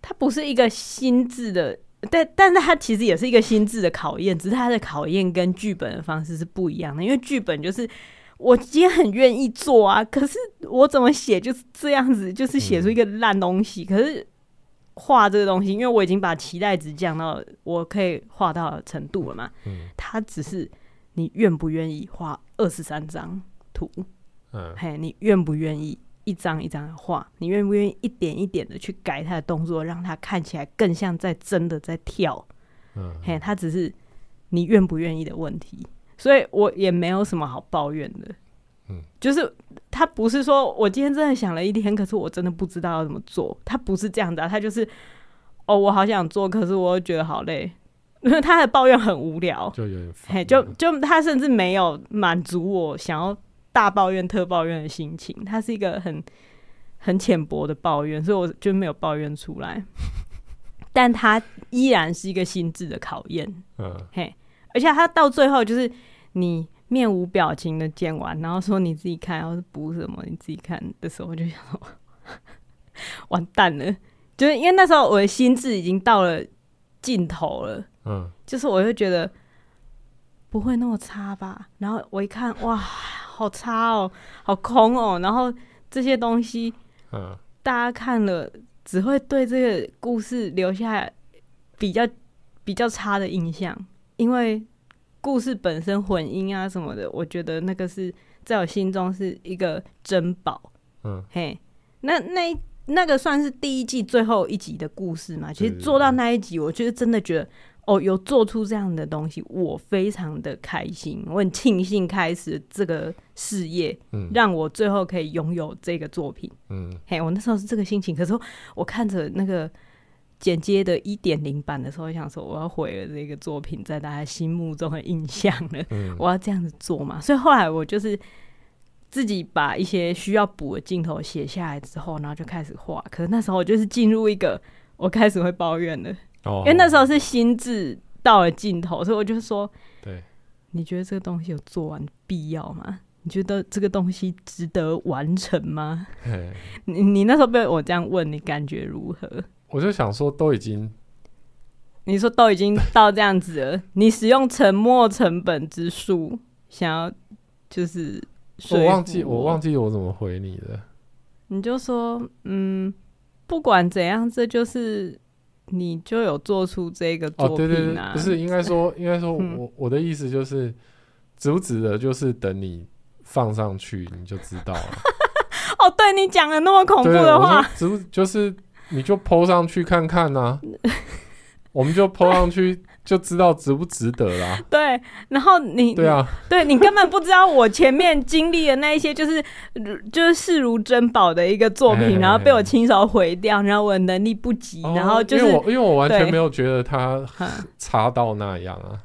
[SPEAKER 1] 它不是一个心智的，但但是它其实也是一个心智的考验，只是它的考验跟剧本的方式是不一样的，因为剧本就是。我今天很愿意做啊，可是我怎么写就是这样子，就是写出一个烂东西。可是画这个东西，因为我已经把期待值降到我可以画到的程度了嘛，
[SPEAKER 2] 嗯
[SPEAKER 1] 它只是你愿不愿意画二十三张图，
[SPEAKER 2] 嗯
[SPEAKER 1] 嘿，你愿不愿意一张一张的画？你愿不愿意一点一点的去改他的动作，让他看起来更像在真的在跳？
[SPEAKER 2] 嗯，
[SPEAKER 1] 嘿，他只是你愿不愿意的问题。所以我也没有什么好抱怨的。
[SPEAKER 2] 嗯，
[SPEAKER 1] 就是他不是说我今天真的想了一天，可是我真的不知道要怎么做。他不是这样的、啊，他就是哦，我好想做，可是我又觉得好累。 他的抱怨很无聊，
[SPEAKER 2] 就有点烦
[SPEAKER 1] 嘿，就就他甚至没有满足我想要大抱怨特抱怨的心情，他是一个很很浅薄的抱怨，所以我就没有抱怨出来。 但他依然是一个心智的考验，
[SPEAKER 2] 嗯，
[SPEAKER 1] 嘿，而且他到最后就是你面无表情的剪完，然后说你自己看，然后是补什么你自己看的时候，我就想说完蛋了，就是因为那时候我的心智已经到了尽头了。
[SPEAKER 2] 嗯，
[SPEAKER 1] 就是我就觉得不会那么差吧。然后我一看，哇，好差哦，好空哦。然后这些东西
[SPEAKER 2] 嗯
[SPEAKER 1] 大家看了，只会对这个故事留下比较比较差的印象，因为故事本身混音啊什么的，我觉得那个是在我心中是一个珍宝。
[SPEAKER 2] 嗯，
[SPEAKER 1] 嘿，那那一那个算是第一季最后一集的故事嘛？其实
[SPEAKER 2] 对对
[SPEAKER 1] 做到那一集，我就是真的觉得，哦，有做出这样的东西，我非常的开心，我很庆幸开始这个事业，
[SPEAKER 2] 嗯
[SPEAKER 1] 让我最后可以拥有这个作品。
[SPEAKER 2] 嗯
[SPEAKER 1] 嘿，我那时候是这个心情，可是我看着那个。剪接的一点零版的时候，我想说我要毁了这个作品在大家心目中的印象了。
[SPEAKER 2] 嗯
[SPEAKER 1] 我要这样子做嘛。所以后来我就是自己把一些需要补的镜头写下来之后，然后就开始画。可是那时候我就是进入一个我开始会抱怨了，
[SPEAKER 2] 哦
[SPEAKER 1] 因为那时候是心智到了尽头，所以我就说：
[SPEAKER 2] 对，
[SPEAKER 1] 你觉得这个东西有做完必要吗？你觉得这个东西值得完成吗？
[SPEAKER 2] 嘿，
[SPEAKER 1] 你你那时候被我这样问，你感觉如何？
[SPEAKER 2] 我就想说都已经
[SPEAKER 1] 你说都已经到这样子了，你使用沉没成本之术，想要就是
[SPEAKER 2] 我忘记
[SPEAKER 1] 我
[SPEAKER 2] 我忘记我怎么回你的，
[SPEAKER 1] 你就说，嗯，不管怎样，这就是你就有做出这个
[SPEAKER 2] 哦
[SPEAKER 1] 作，
[SPEAKER 2] 对对
[SPEAKER 1] 品
[SPEAKER 2] 对
[SPEAKER 1] 啊，，
[SPEAKER 2] 不是应该 说应该说
[SPEAKER 1] 嗯
[SPEAKER 2] 我我的意思就是，值不值得就是等你放上去你就知 道了。
[SPEAKER 1] 哦，对你讲的那么恐怖
[SPEAKER 2] 对，
[SPEAKER 1] 的
[SPEAKER 2] 我
[SPEAKER 1] 话，
[SPEAKER 2] 说值不就是你就 PO 上去看 看呐、我们就 PO 上去就知道值不值得啦。
[SPEAKER 1] 对，然后你
[SPEAKER 2] 对，啊，
[SPEAKER 1] 对你根本不知道我前面经历的那一些，就是就是视如珍宝的一个作
[SPEAKER 2] 哎哎哎
[SPEAKER 1] 品，然后被我亲手毁掉，然后我能力不及， 然后
[SPEAKER 2] 哦
[SPEAKER 1] 就
[SPEAKER 2] 因为
[SPEAKER 1] 是
[SPEAKER 2] 我因为我完全
[SPEAKER 1] 对
[SPEAKER 2] 没有觉得他
[SPEAKER 1] 嗯
[SPEAKER 2] 差到那样啊。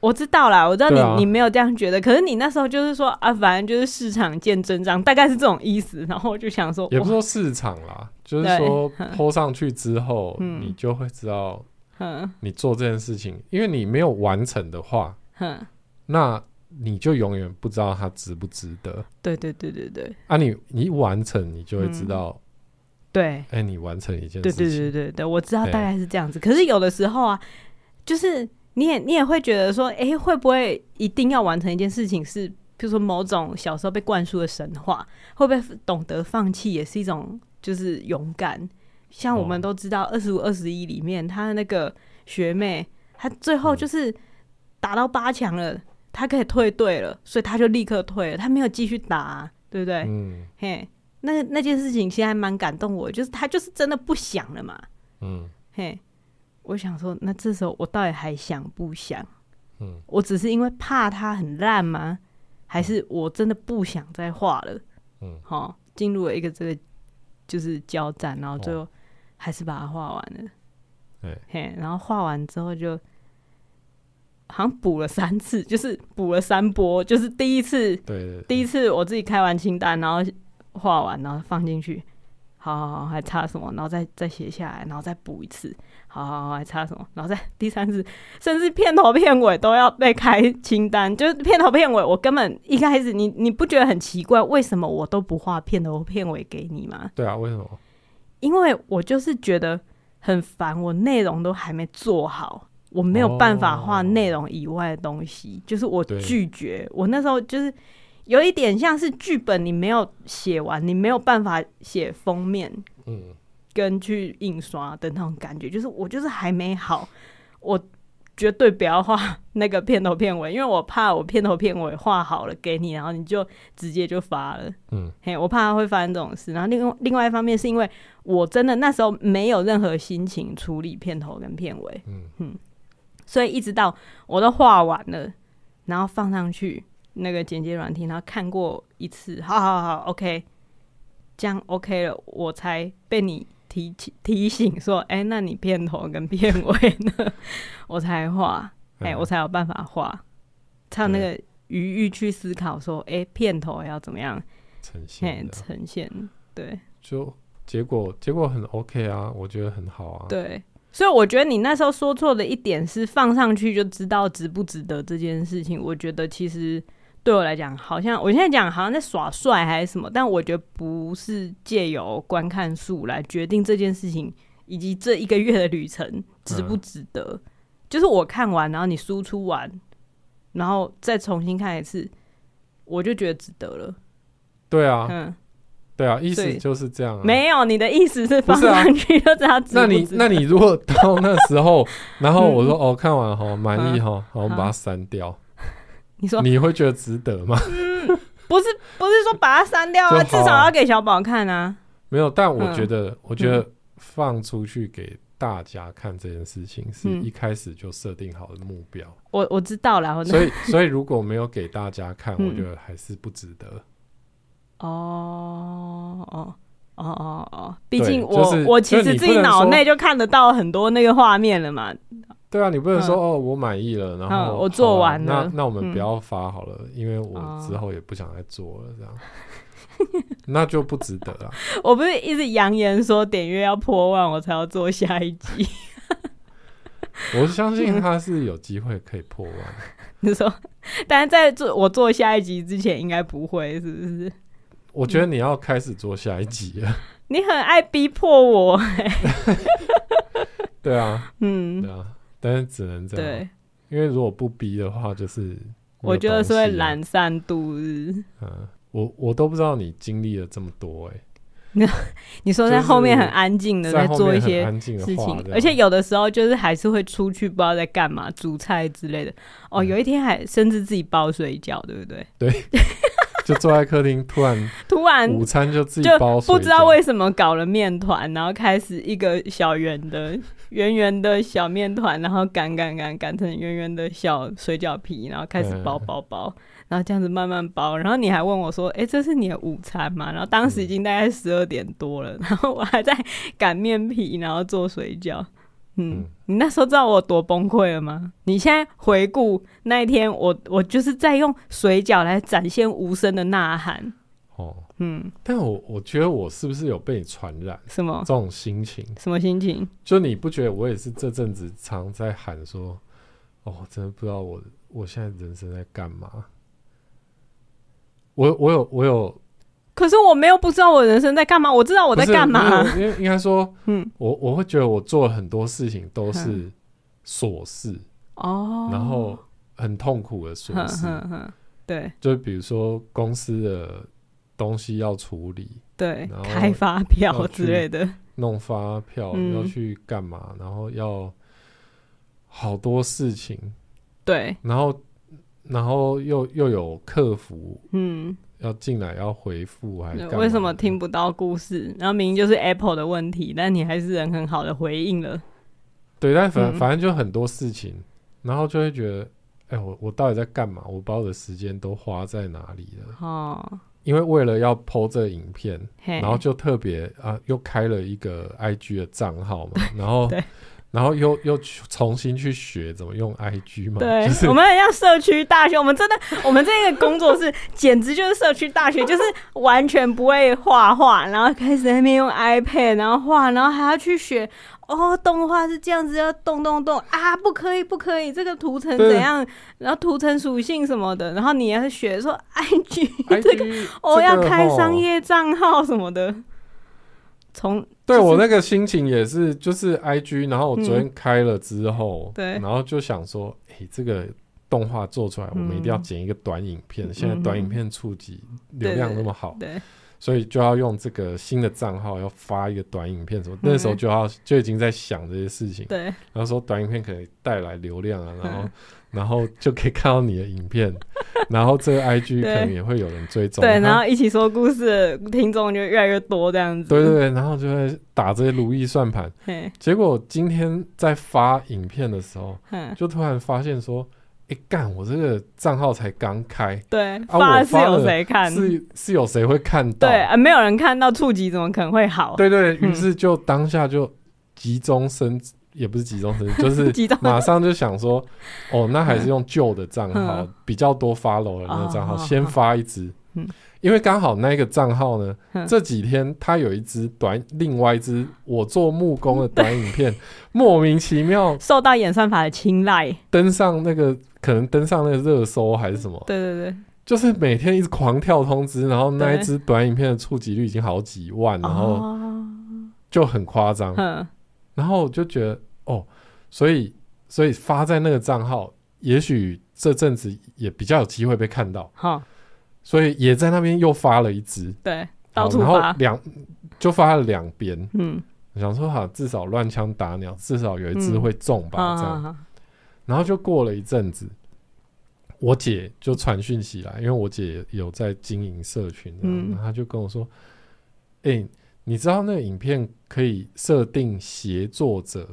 [SPEAKER 1] 我知道啦，我知道你、
[SPEAKER 2] 对啊
[SPEAKER 1] 你没有这样觉得，可是你那时候就是说啊，反正就是市场见真章，大概是这种意思。然后我就想说，
[SPEAKER 2] 也不
[SPEAKER 1] 哇
[SPEAKER 2] 是说市场 啦，就是
[SPEAKER 1] 对
[SPEAKER 2] 说 PO 上去之后，
[SPEAKER 1] 嗯
[SPEAKER 2] 你就会知道
[SPEAKER 1] 嗯
[SPEAKER 2] 你做这件事情，因为你没有完成的话，
[SPEAKER 1] 哼，
[SPEAKER 2] 那你就永远不知道它值不值得
[SPEAKER 1] 对对对对对
[SPEAKER 2] 啊你。你一完成，你就会知道，
[SPEAKER 1] 对
[SPEAKER 2] 哎、你完成一件
[SPEAKER 1] 嗯对
[SPEAKER 2] 事情，
[SPEAKER 1] 对对对对，我知道
[SPEAKER 2] 对
[SPEAKER 1] 大概是这样子。可是有的时候啊，就是你也你也会觉得说，哎、会不会一定要完成一件事情是？比如说某种小时候被灌输的神话，会不会懂得放弃也是一种就是勇敢？像我
[SPEAKER 2] 哦
[SPEAKER 1] 们都知道《二十五二十一》里面，他的那个学妹，她最
[SPEAKER 2] 嗯
[SPEAKER 1] 后就是打到八强了，她可以退队了，所以她就立刻退了，她没有继续打啊、对不对？
[SPEAKER 2] 嗯
[SPEAKER 1] 嘿，那那件事情其实还蛮感动我，就是他就是真的不想了嘛。
[SPEAKER 2] 嗯
[SPEAKER 1] 嘿，我想说，那这时候我到底还想不想？
[SPEAKER 2] 嗯，
[SPEAKER 1] 我只是因为怕他很烂吗？还是我真的不想再画了？
[SPEAKER 2] 嗯，
[SPEAKER 1] 好，进入了一个这个就是交战，然后最
[SPEAKER 2] 哦
[SPEAKER 1] 后还是把它画完了。
[SPEAKER 2] 对
[SPEAKER 1] 嘿，然后画完之后就好像补了三次，就是补了三波，就是第一次
[SPEAKER 2] 对对
[SPEAKER 1] 第一次我自己开完清单，然后画完，然后放进去，好好好，还差什么，然后再再写下来，然后再补一次，好好好，还差什么，然后再第三次，甚至片头片尾都要被开清单，就是片头片尾，我根本一开始你你不觉得很奇怪，为什么我都不画片头片尾给你吗？
[SPEAKER 2] 对啊，为什么？
[SPEAKER 1] 因为我就是觉得很烦，我内容都还没做好，我没有办法画内容以外的东西，就是我
[SPEAKER 2] 对
[SPEAKER 1] 拒绝。我那时候就是有一点像是剧本，你没有写完，你没有办法写封面
[SPEAKER 2] 嗯，
[SPEAKER 1] 跟去印刷的那种感觉，就是我就是还没好，我绝对不要画那个片头片尾，因为我怕我片头片尾画好了给你，然后你就直接就发了。
[SPEAKER 2] 嗯，
[SPEAKER 1] 嘿，我怕会发生这种事。然后另外另外一方面是因为我真的那时候没有任何心情处理片头跟片尾，
[SPEAKER 2] 嗯
[SPEAKER 1] 所以一直到我都画完了，然后放上去那个剪接软体，然后看过一次，好好好，OK，这样 OK 了，我才被你提起提醒说，哎、那你片头跟片尾呢？我才画，哎、
[SPEAKER 2] 嗯
[SPEAKER 1] 我才有办法画，才有那个余裕去思考说，哎、片头要怎么样
[SPEAKER 2] 呈
[SPEAKER 1] 哎
[SPEAKER 2] 现的啊
[SPEAKER 1] 呈现？对
[SPEAKER 2] 就结果结果很 OK 啊，我觉得很好啊。
[SPEAKER 1] 对。所以我觉得你那时候说错的一点是放上去就知道值不值得这件事情。我觉得其实对我来讲，好像我现在讲好像在耍帅还是什么，但我觉得不是借由观看数来决定这件事情以及这一个月的旅程
[SPEAKER 2] 嗯
[SPEAKER 1] 值不值得。就是我看完，然后你输出完，然后再重新看一次，我就觉得值得了。
[SPEAKER 2] 对啊，
[SPEAKER 1] 嗯，
[SPEAKER 2] 对啊，意
[SPEAKER 1] 所
[SPEAKER 2] 思
[SPEAKER 1] 以
[SPEAKER 2] 就是这样、啊。
[SPEAKER 1] 没有，你的意思是
[SPEAKER 2] 不
[SPEAKER 1] 放
[SPEAKER 2] 是啊
[SPEAKER 1] 上去就知道嗯值不值得、
[SPEAKER 2] 那你 那你如果到那时 候，然后我说哦看完哈满意哈，好我们把它删掉，
[SPEAKER 1] 你啊说
[SPEAKER 2] 你会觉得值得吗？
[SPEAKER 1] 不是不是说把它删掉啊，
[SPEAKER 2] 就
[SPEAKER 1] 至
[SPEAKER 2] 好啊
[SPEAKER 1] 少要给小宝看啊。
[SPEAKER 2] 没有，但我
[SPEAKER 1] 嗯
[SPEAKER 2] 觉得我觉得放出去给大家看这件事情是
[SPEAKER 1] 嗯哦
[SPEAKER 2] 一开始就设定好的目标，
[SPEAKER 1] 我我知道啦，我
[SPEAKER 2] 所以所以如果没有给大家 看，
[SPEAKER 1] 嗯
[SPEAKER 2] 我觉得还是不值得。
[SPEAKER 1] 哦哦哦哦哦，毕
[SPEAKER 2] 对
[SPEAKER 1] 竟我、
[SPEAKER 2] 就是
[SPEAKER 1] 我其
[SPEAKER 2] 就是
[SPEAKER 1] 实
[SPEAKER 2] 你不
[SPEAKER 1] 自己
[SPEAKER 2] 能
[SPEAKER 1] 脑
[SPEAKER 2] 说
[SPEAKER 1] 内就看得到很多那个画面了嘛。
[SPEAKER 2] 对啊，你不能说
[SPEAKER 1] 嗯
[SPEAKER 2] 哦我满意了，然后
[SPEAKER 1] 嗯我做
[SPEAKER 2] 好啦
[SPEAKER 1] 完了
[SPEAKER 2] 那那我们
[SPEAKER 1] 嗯
[SPEAKER 2] 不要发好了，因为我
[SPEAKER 1] 哦
[SPEAKER 2] 之后也不想再做了，这样那就不值得啊了。
[SPEAKER 1] 我不是一直扬言说点阅要破万，我才要做下一集。
[SPEAKER 2] 我相信他是有机会可以破万，
[SPEAKER 1] 你说，但是在做我做下一集之前，应该不会，是不是？
[SPEAKER 2] 我觉得你要开始做下一集了。
[SPEAKER 1] 你很爱逼迫我，
[SPEAKER 2] 对啊，对
[SPEAKER 1] 嗯，
[SPEAKER 2] 啊，但是只能这样，
[SPEAKER 1] 对，
[SPEAKER 2] 因为如果不逼的话，就是没有
[SPEAKER 1] 我觉得是
[SPEAKER 2] 东
[SPEAKER 1] 会
[SPEAKER 2] 西啊。
[SPEAKER 1] 懒散度日。
[SPEAKER 2] 嗯，我我都不知道你经历了这么多哎、
[SPEAKER 1] 你说
[SPEAKER 2] 就
[SPEAKER 1] 在
[SPEAKER 2] 是
[SPEAKER 1] 后面很安静的
[SPEAKER 2] 在
[SPEAKER 1] 嗯
[SPEAKER 2] 后
[SPEAKER 1] 做一
[SPEAKER 2] 面很
[SPEAKER 1] 些
[SPEAKER 2] 安静的
[SPEAKER 1] 事
[SPEAKER 2] 话
[SPEAKER 1] 情
[SPEAKER 2] 这，样，
[SPEAKER 1] 而且有的时候就是还是会出去，不知道在干嘛，煮菜之类的。哦，
[SPEAKER 2] 嗯
[SPEAKER 1] 有一天还甚至自己包水饺，对不对？
[SPEAKER 2] 就坐在客厅，突 然
[SPEAKER 1] 突然
[SPEAKER 2] 午餐就自己
[SPEAKER 1] 就
[SPEAKER 2] 包水饺，
[SPEAKER 1] 不知道为什么搞了面团，然后开始一个小圆的、圆圆的小面团，然后擀擀擀擀成圆圆的小水饺皮，然后开始包包包，然后这样子慢慢包。然后你还问我说：“哎、这是你的午餐吗？”然后当时已经大概十二点多了，然后我还在擀面皮，然后做水饺。嗯，
[SPEAKER 2] 嗯
[SPEAKER 1] 你那时候知道我多崩溃了吗？你现在回顾那一天我我就是在用水饺来展现无声的呐喊。
[SPEAKER 2] 哦。
[SPEAKER 1] 嗯，哦
[SPEAKER 2] 但我我觉得我是不是有被你传染
[SPEAKER 1] 什么
[SPEAKER 2] 这种心情？
[SPEAKER 1] 什么心情？
[SPEAKER 2] 就你不觉得我也是这阵子常在喊说，哦，真的不知道我我现在人生在干嘛？我我有我有
[SPEAKER 1] 可是我没有不知道我人生在干嘛，我知道我
[SPEAKER 2] 不
[SPEAKER 1] 在
[SPEAKER 2] 是
[SPEAKER 1] 干嘛。
[SPEAKER 2] 因为因为应该说，
[SPEAKER 1] 嗯，
[SPEAKER 2] 我我会觉得我做了很多事情都是琐事，
[SPEAKER 1] 哦，嗯
[SPEAKER 2] 然后很痛苦的琐
[SPEAKER 1] 哼
[SPEAKER 2] 事，
[SPEAKER 1] 哼哼，对
[SPEAKER 2] 就比如说公司的东西要处理，
[SPEAKER 1] 对
[SPEAKER 2] 然后，
[SPEAKER 1] 开发票
[SPEAKER 2] 要去
[SPEAKER 1] 之类的，
[SPEAKER 2] 弄发票、
[SPEAKER 1] 嗯
[SPEAKER 2] 要去干嘛，然后要好多事情，
[SPEAKER 1] 对，
[SPEAKER 2] 然后然后又又有客服
[SPEAKER 1] 嗯，
[SPEAKER 2] 要进来要回复，还干嘛
[SPEAKER 1] 为什么听不到故事？然后明明就是 Apple 的问题，但你还是人很好的回应了。
[SPEAKER 2] 对，但反、
[SPEAKER 1] 嗯
[SPEAKER 2] 反正就很多事情，然后就会觉得，哎，我我到底在干嘛？我把我的时间都花在哪里了？
[SPEAKER 1] 哦，
[SPEAKER 2] 因为为了要剖这影片，
[SPEAKER 1] 嘿，
[SPEAKER 2] 然后就特别啊，又开了一 个 IG 的账号嘛，然后
[SPEAKER 1] 对
[SPEAKER 2] 然后又又去重新去学怎么用 IG 嘛，
[SPEAKER 1] 对，
[SPEAKER 2] 就是
[SPEAKER 1] 我们很像社区大学，我们真的，我们这个工作室简直就是社区大学，就是完全不会画画，然后开始在那边用 iPad，然后画，然后还要去学哦，动画是这样子，要动动动啊，不可以不可以，这个图层
[SPEAKER 2] 对
[SPEAKER 1] 怎样，然后图层属性什么的，然后你要学说 IG，
[SPEAKER 2] IG 这个
[SPEAKER 1] 哦要开
[SPEAKER 2] 吼
[SPEAKER 1] 商业账号什么的，从就
[SPEAKER 2] 对
[SPEAKER 1] 是
[SPEAKER 2] 我那个心情也是，就是 I G，然后我昨天开了之后，
[SPEAKER 1] 嗯对
[SPEAKER 2] 然后就想说，诶，这个动画做出来，我们一定要剪一个短影片。现在短影片触及流量那么好，
[SPEAKER 1] 嗯对
[SPEAKER 2] 所以就要用这个新的账号要发一个短影片什么。那时候就要就已经在想这些事情，
[SPEAKER 1] 嗯对
[SPEAKER 2] 然后说短影片可以带来流量啊，然后
[SPEAKER 1] 嗯
[SPEAKER 2] 然后就可以看到你的影片， 然后这个 I G 可
[SPEAKER 1] 对
[SPEAKER 2] 能也会有人追踪，
[SPEAKER 1] 对，
[SPEAKER 2] 然
[SPEAKER 1] 然后一起说故事的听众就越来越多这样子，
[SPEAKER 2] 对对对，然后就会打这些如意算盘。
[SPEAKER 1] 嘿，
[SPEAKER 2] 结果今天在发影片的 时候，
[SPEAKER 1] 嗯。
[SPEAKER 2] 就突然发现说，哎、干，我这个账号才刚开，
[SPEAKER 1] 对，
[SPEAKER 2] 啊
[SPEAKER 1] 发
[SPEAKER 2] 我
[SPEAKER 1] 的是
[SPEAKER 2] 发
[SPEAKER 1] 有
[SPEAKER 2] 了
[SPEAKER 1] 谁看？
[SPEAKER 2] 是是有谁会看到？
[SPEAKER 1] 对啊、没有人看到触及，怎么可能会好？
[SPEAKER 2] 对对
[SPEAKER 1] 嗯
[SPEAKER 2] 于是就当下就急中生，也不是急中生， 就是
[SPEAKER 1] 集中
[SPEAKER 2] 马上就想说，哦，那还是用旧的账号、
[SPEAKER 1] 嗯
[SPEAKER 2] 比较多 follow 的那个账号，
[SPEAKER 1] 哦
[SPEAKER 2] 先发一支。
[SPEAKER 1] 嗯
[SPEAKER 2] 因为刚好那个账号呢，
[SPEAKER 1] 嗯
[SPEAKER 2] 这几天它有一支短，另外一支我做木工的短 影片，莫名其妙
[SPEAKER 1] 受到演算法的青睐。
[SPEAKER 2] 登上那个可能登上那个热搜还是什么，
[SPEAKER 1] 对对
[SPEAKER 2] 就是每天一直狂跳通知，然后那一
[SPEAKER 1] 对
[SPEAKER 2] 支短影片的触及率已经好几万，
[SPEAKER 1] 对，
[SPEAKER 2] 然后
[SPEAKER 1] 哦，
[SPEAKER 2] 就很夸 张，
[SPEAKER 1] 嗯，
[SPEAKER 2] 然后我就觉得哦，所以所以发在那个账号，也许这阵子也比较有机会被看到，
[SPEAKER 1] 好，
[SPEAKER 2] 所以也在那边又发了一支，
[SPEAKER 1] 对，
[SPEAKER 2] 好
[SPEAKER 1] 到处
[SPEAKER 2] 然后
[SPEAKER 1] 发，
[SPEAKER 2] 两就发了两边，
[SPEAKER 1] 嗯，
[SPEAKER 2] 想说好至少乱枪打鸟，至少有一支
[SPEAKER 1] 嗯
[SPEAKER 2] 会中
[SPEAKER 1] 好
[SPEAKER 2] 吧，这样
[SPEAKER 1] 好。好，
[SPEAKER 2] 然后就过了一阵子，我姐就传讯息来，因为我姐有在经营社群，啊
[SPEAKER 1] 嗯
[SPEAKER 2] 然后她就跟我说：“哎、你知道那个影片可以设定协作者？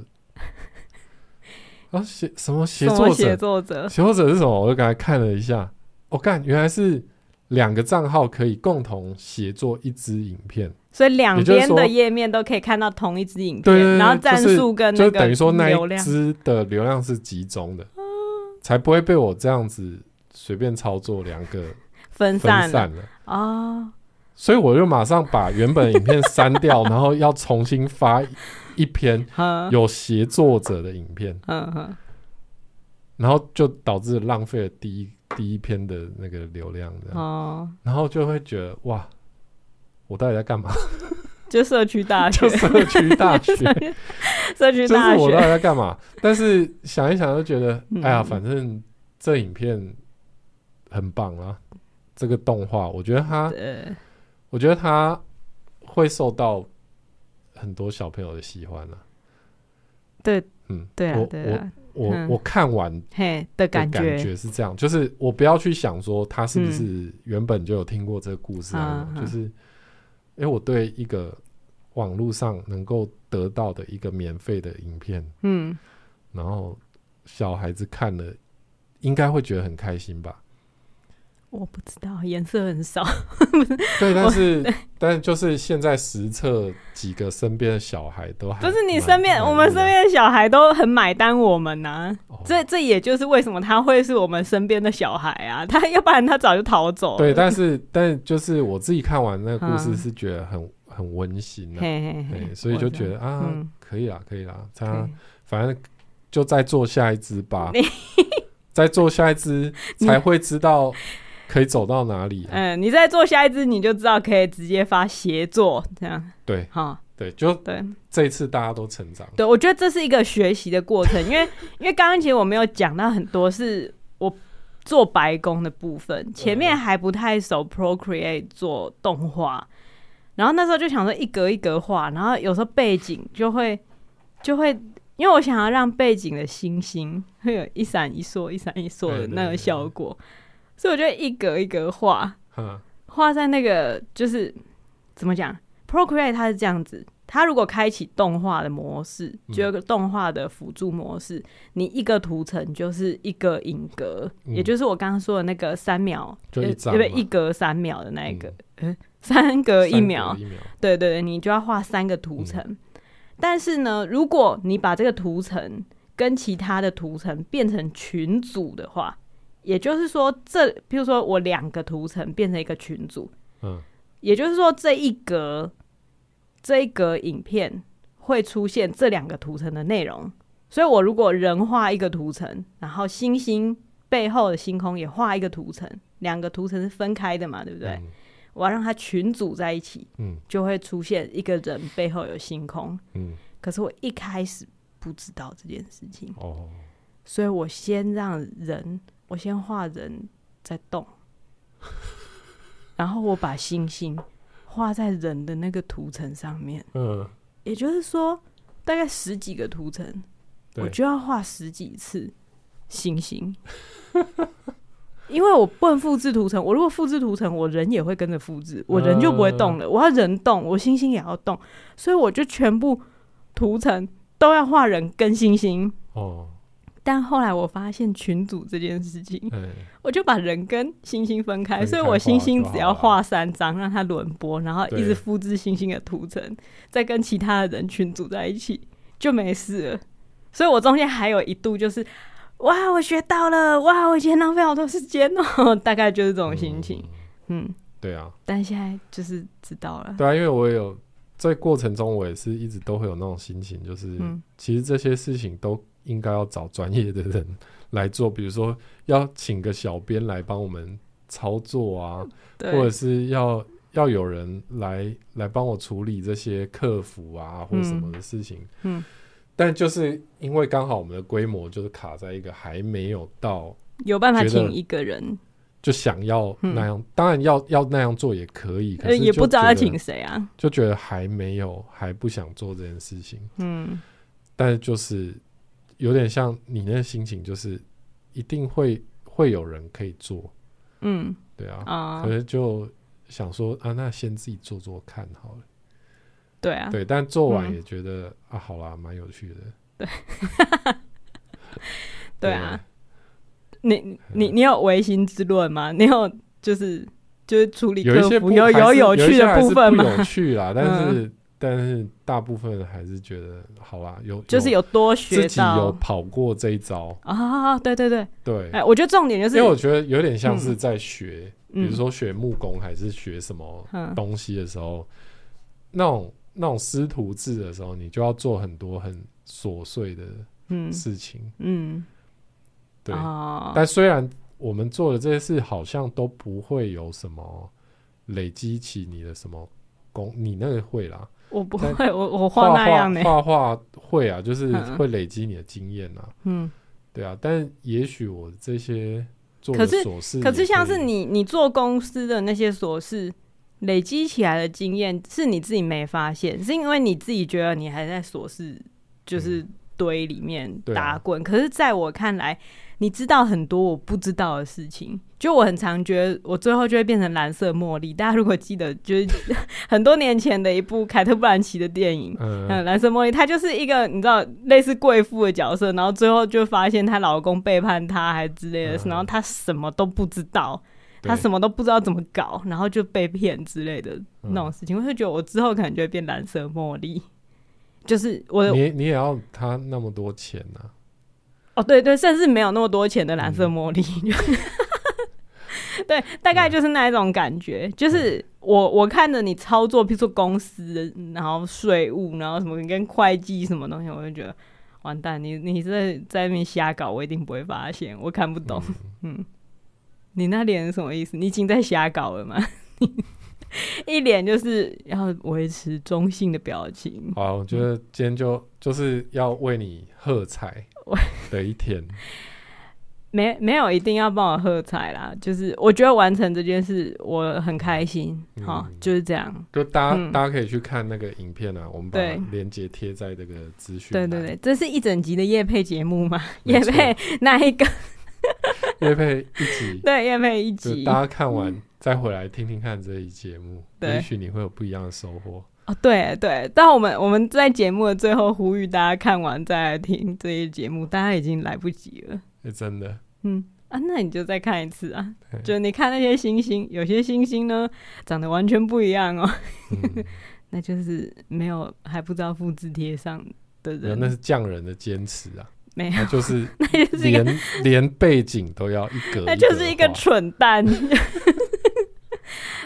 [SPEAKER 2] 然后协什么协
[SPEAKER 1] 什么
[SPEAKER 2] 作
[SPEAKER 1] 写
[SPEAKER 2] 者？
[SPEAKER 1] 作者，
[SPEAKER 2] 协作者是什么？”我就刚才看了一下，我、看原来是两个账号可以共同协作一支影片，
[SPEAKER 1] 所以两
[SPEAKER 2] 也就是
[SPEAKER 1] 边的
[SPEAKER 2] 说
[SPEAKER 1] 页面都可以看到同一支影
[SPEAKER 2] 对对
[SPEAKER 1] 片，
[SPEAKER 2] 对
[SPEAKER 1] 然后
[SPEAKER 2] 就
[SPEAKER 1] 战
[SPEAKER 2] 是
[SPEAKER 1] 术跟
[SPEAKER 2] 就
[SPEAKER 1] 那
[SPEAKER 2] 是
[SPEAKER 1] 个
[SPEAKER 2] 等于说那
[SPEAKER 1] 流
[SPEAKER 2] 一
[SPEAKER 1] 量，啊
[SPEAKER 2] 支的流量是集中的，才不会被我这样子随便操作两个
[SPEAKER 1] 分
[SPEAKER 2] 分
[SPEAKER 1] 散了
[SPEAKER 2] 散了。
[SPEAKER 1] 哦，
[SPEAKER 2] 所以我就马上把原本影片删 掉，然后要重新发一篇
[SPEAKER 1] 嗯
[SPEAKER 2] 有协作者的影片。
[SPEAKER 1] 嗯嗯，
[SPEAKER 2] 然后就导致浪费了第一第一篇的那个流量这样，
[SPEAKER 1] 哦，
[SPEAKER 2] 然后就会觉得哇，我到底在干嘛？
[SPEAKER 1] 就社区大学
[SPEAKER 2] 就，社区大 学，
[SPEAKER 1] 社区
[SPEAKER 2] 就
[SPEAKER 1] 大
[SPEAKER 2] 是我到
[SPEAKER 1] 学，
[SPEAKER 2] 底在干嘛？但是想一想就觉得，
[SPEAKER 1] 嗯
[SPEAKER 2] 哎呀，反正这影片很棒啊，这个动画，我觉得它，
[SPEAKER 1] 呃，
[SPEAKER 2] 我觉得它会受到很多小朋友的喜欢啊。
[SPEAKER 1] 对，
[SPEAKER 2] 嗯，
[SPEAKER 1] 对啊
[SPEAKER 2] 我，
[SPEAKER 1] 对啊，
[SPEAKER 2] 我、
[SPEAKER 1] 嗯
[SPEAKER 2] 我看完
[SPEAKER 1] 嘿的
[SPEAKER 2] 的
[SPEAKER 1] 感
[SPEAKER 2] 感
[SPEAKER 1] 觉，
[SPEAKER 2] 觉是这样，就是我不要去想说他是不是原本就有听过这个故事啊，
[SPEAKER 1] 嗯嗯
[SPEAKER 2] 就是因为我对一个网络上能够得到的一个免费的影片，
[SPEAKER 1] 嗯，
[SPEAKER 2] 然后小孩子看了应该会觉得很开心吧？
[SPEAKER 1] 我不知道，颜色很少，
[SPEAKER 2] 对，但 是但就是现在实测几个身边的小孩都还
[SPEAKER 1] 不是你
[SPEAKER 2] 蛮
[SPEAKER 1] 身边，
[SPEAKER 2] 蛮
[SPEAKER 1] 我们
[SPEAKER 2] 意外
[SPEAKER 1] 身边的小孩都很买单我们呐、
[SPEAKER 2] 哦
[SPEAKER 1] 这这也就是为什么他会是我们身边的小孩啊， 他要不然他早就逃走了。
[SPEAKER 2] 对，但是但就是我自己看完那个故事
[SPEAKER 1] 嗯
[SPEAKER 2] 是觉得很很温馨的、啊
[SPEAKER 1] 嘿嘿
[SPEAKER 2] 对，
[SPEAKER 1] 嘿，
[SPEAKER 2] 所以就
[SPEAKER 1] 我知道
[SPEAKER 2] 觉得啊，
[SPEAKER 1] 嗯
[SPEAKER 2] 可以啦，可以啦，
[SPEAKER 1] 对
[SPEAKER 2] 他反正就再做下一支 吧
[SPEAKER 1] 你，
[SPEAKER 2] 再做下一支
[SPEAKER 1] 你
[SPEAKER 2] 才会知道可以走到哪里啊、
[SPEAKER 1] 嗯，你再做下一支，你就知道可以直接发协作这样
[SPEAKER 2] 对
[SPEAKER 1] 哈。
[SPEAKER 2] 对，就
[SPEAKER 1] 对
[SPEAKER 2] 这一次大家都成长，
[SPEAKER 1] 对，我觉得这是一个学习的过程，因为因为刚刚其实我没有讲到很多是我做白工的部分，前
[SPEAKER 2] 嗯
[SPEAKER 1] 面还不太熟 Procreate 做动画，然后那时候就想说一格一格画，然后有时候背景就会就会。因为我想要让背景的星星会有一闪一烁、一闪一烁
[SPEAKER 2] 对
[SPEAKER 1] 的
[SPEAKER 2] 对
[SPEAKER 1] 那
[SPEAKER 2] 对
[SPEAKER 1] 个效果，所以我就一格一格画，
[SPEAKER 2] 哈，
[SPEAKER 1] 画在那个就是怎么讲，Procreate 它是这样子，它如果开启动画的模式，
[SPEAKER 2] 嗯
[SPEAKER 1] 就有个动画的辅助模式，你一个图层就是一个影格，
[SPEAKER 2] 嗯
[SPEAKER 1] 也就是我刚刚说的那个三秒，
[SPEAKER 2] 就
[SPEAKER 1] 呃
[SPEAKER 2] 一张
[SPEAKER 1] 对不
[SPEAKER 2] 嘛
[SPEAKER 1] 对？一格三秒的那一个，
[SPEAKER 2] 嗯
[SPEAKER 1] 呃三格一
[SPEAKER 2] 三
[SPEAKER 1] 秒
[SPEAKER 2] 格，一秒，
[SPEAKER 1] 对对对，你就要画三个图层。但是呢，如果你把这个图层跟其他的图层变成群组的话，也就是说这，譬如说我两个图层变成一个群组，
[SPEAKER 2] 嗯，
[SPEAKER 1] 也就是说这一格这一格影片会出现这两个图层的内容。所以我如果人画一个图层，然后星星背后的星空也画一个图层，两个图层是分开的嘛，对不对？
[SPEAKER 2] 嗯，
[SPEAKER 1] 我要让它群组在一起，
[SPEAKER 2] 嗯
[SPEAKER 1] 就会出现一个人背后有星空。
[SPEAKER 2] 嗯，
[SPEAKER 1] 可是我一开始不知道这件事情，
[SPEAKER 2] 哦，
[SPEAKER 1] 所以我先让人，我先画人在动，然后我把星星画在人的那个图层上面，
[SPEAKER 2] 嗯，
[SPEAKER 1] 也就是说，大概十几个图层，
[SPEAKER 2] 对
[SPEAKER 1] 我就要画十几次星星。 因为我不能复制图层，我如果复制图层，我人也会跟着复制，我人就不会动了。我要人动，我星星也要动，所以我就全部图层都要画人跟星星。
[SPEAKER 2] 哦，
[SPEAKER 1] 但后来我发现群组这件事情，
[SPEAKER 2] 哎，
[SPEAKER 1] 我就把人跟星星分开，
[SPEAKER 2] 分开
[SPEAKER 1] 所以我星星只要画三张，让它轮播，然后一直复制星星的图层，再跟其他的人群组在一起，就没事了。所以我中间还有一度就是，哇，我学到了，哇，我以前浪费好多时间哦，大概就是这种心情。嗯
[SPEAKER 2] 对啊，
[SPEAKER 1] 但现在就是知道了，
[SPEAKER 2] 对啊，因为我也有在过程中，我也是一直都会有那种心情，就是、
[SPEAKER 1] 嗯
[SPEAKER 2] 其实这些事情都应该要找专业的人 来做，比如说要请个小编来帮我们操作啊，
[SPEAKER 1] 哦对，
[SPEAKER 2] 或者是要要有人来来帮我处理这些客服啊或什么的事情。
[SPEAKER 1] 嗯
[SPEAKER 2] 但就是因为刚好我们的规模就是卡在一个还没有到
[SPEAKER 1] 有办法
[SPEAKER 2] 觉得
[SPEAKER 1] 请一个人，
[SPEAKER 2] 就想要
[SPEAKER 1] 嗯
[SPEAKER 2] 那样，当然要要那样做也可以，可
[SPEAKER 1] 呃，
[SPEAKER 2] 是
[SPEAKER 1] 也
[SPEAKER 2] 就
[SPEAKER 1] 不知道
[SPEAKER 2] 觉
[SPEAKER 1] 要
[SPEAKER 2] 得
[SPEAKER 1] 请谁啊，
[SPEAKER 2] 就觉得还没有，还不想做这件事情，
[SPEAKER 1] 嗯
[SPEAKER 2] 但是就是有点像你那心情，就是一定会会有人可以做，
[SPEAKER 1] 嗯
[SPEAKER 2] 对啊，
[SPEAKER 1] 啊、
[SPEAKER 2] 可是就想说啊，那先自己做做看好了，
[SPEAKER 1] 对啊，
[SPEAKER 2] 对，但做完
[SPEAKER 1] 嗯
[SPEAKER 2] 也觉得、啊，好啦，蛮有趣的，
[SPEAKER 1] 对啊，
[SPEAKER 2] 嗯
[SPEAKER 1] 你你你有唯心之论吗？你有就是就是处理
[SPEAKER 2] 有一
[SPEAKER 1] 客
[SPEAKER 2] 些
[SPEAKER 1] 服
[SPEAKER 2] 不
[SPEAKER 1] 有
[SPEAKER 2] 还是
[SPEAKER 1] 有有
[SPEAKER 2] 有一
[SPEAKER 1] 趣
[SPEAKER 2] 些
[SPEAKER 1] 的
[SPEAKER 2] 还是
[SPEAKER 1] 部分嗯吗
[SPEAKER 2] 不？有趣啦，但是、但是大部分还是觉得好啦，有
[SPEAKER 1] 就是有多学
[SPEAKER 2] 自己有
[SPEAKER 1] 到
[SPEAKER 2] 跑过这一招，
[SPEAKER 1] 啊，对对对，
[SPEAKER 2] 对，
[SPEAKER 1] 哎，我觉得重点就
[SPEAKER 2] 因
[SPEAKER 1] 是
[SPEAKER 2] 为我觉得有点像是
[SPEAKER 1] 嗯
[SPEAKER 2] 在学。比如说学木工还是学什么
[SPEAKER 1] 嗯
[SPEAKER 2] 东西的时候，那种那种师徒制的时候，你就要做很多很琐碎的
[SPEAKER 1] 嗯
[SPEAKER 2] 事情，
[SPEAKER 1] 嗯
[SPEAKER 2] 对，
[SPEAKER 1] 哦，
[SPEAKER 2] 但虽然我们做的这些事好像都不会有什么累积起你的什么功，你那个会啦，
[SPEAKER 1] 我不
[SPEAKER 2] 但
[SPEAKER 1] 会，我我
[SPEAKER 2] 画
[SPEAKER 1] 那样呢，
[SPEAKER 2] 画画会啊，就是
[SPEAKER 1] 嗯
[SPEAKER 2] 会累积你的经验啊，
[SPEAKER 1] 嗯，
[SPEAKER 2] 对啊。但也许我这些做
[SPEAKER 1] 可
[SPEAKER 2] 的
[SPEAKER 1] 是
[SPEAKER 2] 琐事也以，
[SPEAKER 1] 可是像是你你做公司的那些琐事，累积起来的经验是你自己没发现，是因为你自己觉得你还在琐事就是堆里面
[SPEAKER 2] 嗯对啊
[SPEAKER 1] 打滚。可是在我看来，你知道很多我不知道的事情。就我很常觉得，我最后就会变成蓝色茉莉。大家如果记得，就是 很多年前的一部凯特·布兰奇的电影，嗯，
[SPEAKER 2] 嗯，
[SPEAKER 1] 蓝色茉莉，她就是一个你知道类似贵妇的角色，然后最后就发现她老公背叛她，还之类的事，
[SPEAKER 2] 嗯
[SPEAKER 1] 然后她什么都不知道，她
[SPEAKER 2] 对
[SPEAKER 1] 什么都不知道怎么搞，然后就被骗之类的
[SPEAKER 2] 嗯
[SPEAKER 1] 那种事情，我就觉得我之后可能就会变蓝色茉莉，就是我
[SPEAKER 2] 你你也要他那么多钱呐、啊？
[SPEAKER 1] 哦对对，甚至没有那么多钱的蓝色茉莉， 对，大概就是那一种感觉，就是我我看着你操作，譬如说公司，然后税务，然后什么跟会计什么东西，我就觉得完蛋，你你这在那边瞎搞，我一定不会发现，我看不懂。嗯你那脸是什么意思？你已经在瞎搞了吗？ 一脸就是要维持中性的表情。
[SPEAKER 2] 好啊，我觉得今天就就是要为你喝彩
[SPEAKER 1] 我
[SPEAKER 2] 的一天。
[SPEAKER 1] 没没有一定要帮我喝彩啦，就是我觉得完成这件事我很开心，好、
[SPEAKER 2] 嗯
[SPEAKER 1] 就是这样。
[SPEAKER 2] 就大家、
[SPEAKER 1] 嗯
[SPEAKER 2] 大家可以去看那个影片啊，我们把
[SPEAKER 1] 对
[SPEAKER 2] 链接贴在这个资讯。
[SPEAKER 1] 对对，对，这是一整集的夜配节目嘛？
[SPEAKER 2] 没
[SPEAKER 1] 夜
[SPEAKER 2] 错
[SPEAKER 1] 配那一个？，
[SPEAKER 2] 叶配一集
[SPEAKER 1] 对，夜配一
[SPEAKER 2] 就
[SPEAKER 1] 集。
[SPEAKER 2] 大家看完再回来听听看这一节目，
[SPEAKER 1] 对
[SPEAKER 2] 也许你会有不一样的收获。
[SPEAKER 1] 哦，对对，但我们我们在节目的最后呼吁大家看完再来听这些节目，大家已经来不及了。
[SPEAKER 2] 欸、真的，
[SPEAKER 1] 嗯啊，那你就再看一次啊！
[SPEAKER 2] 对
[SPEAKER 1] 就你看那些星星，有些星星呢长得完全不一样哦，
[SPEAKER 2] 嗯，
[SPEAKER 1] 那就是没有还不知道复制贴上的
[SPEAKER 2] 没有
[SPEAKER 1] 人，
[SPEAKER 2] 那是匠人的坚持啊，
[SPEAKER 1] 没有
[SPEAKER 2] 那就是
[SPEAKER 1] 那就是一个
[SPEAKER 2] 连连背景都要一格，
[SPEAKER 1] 那就是一
[SPEAKER 2] 一
[SPEAKER 1] 个
[SPEAKER 2] 格画
[SPEAKER 1] 蠢蛋。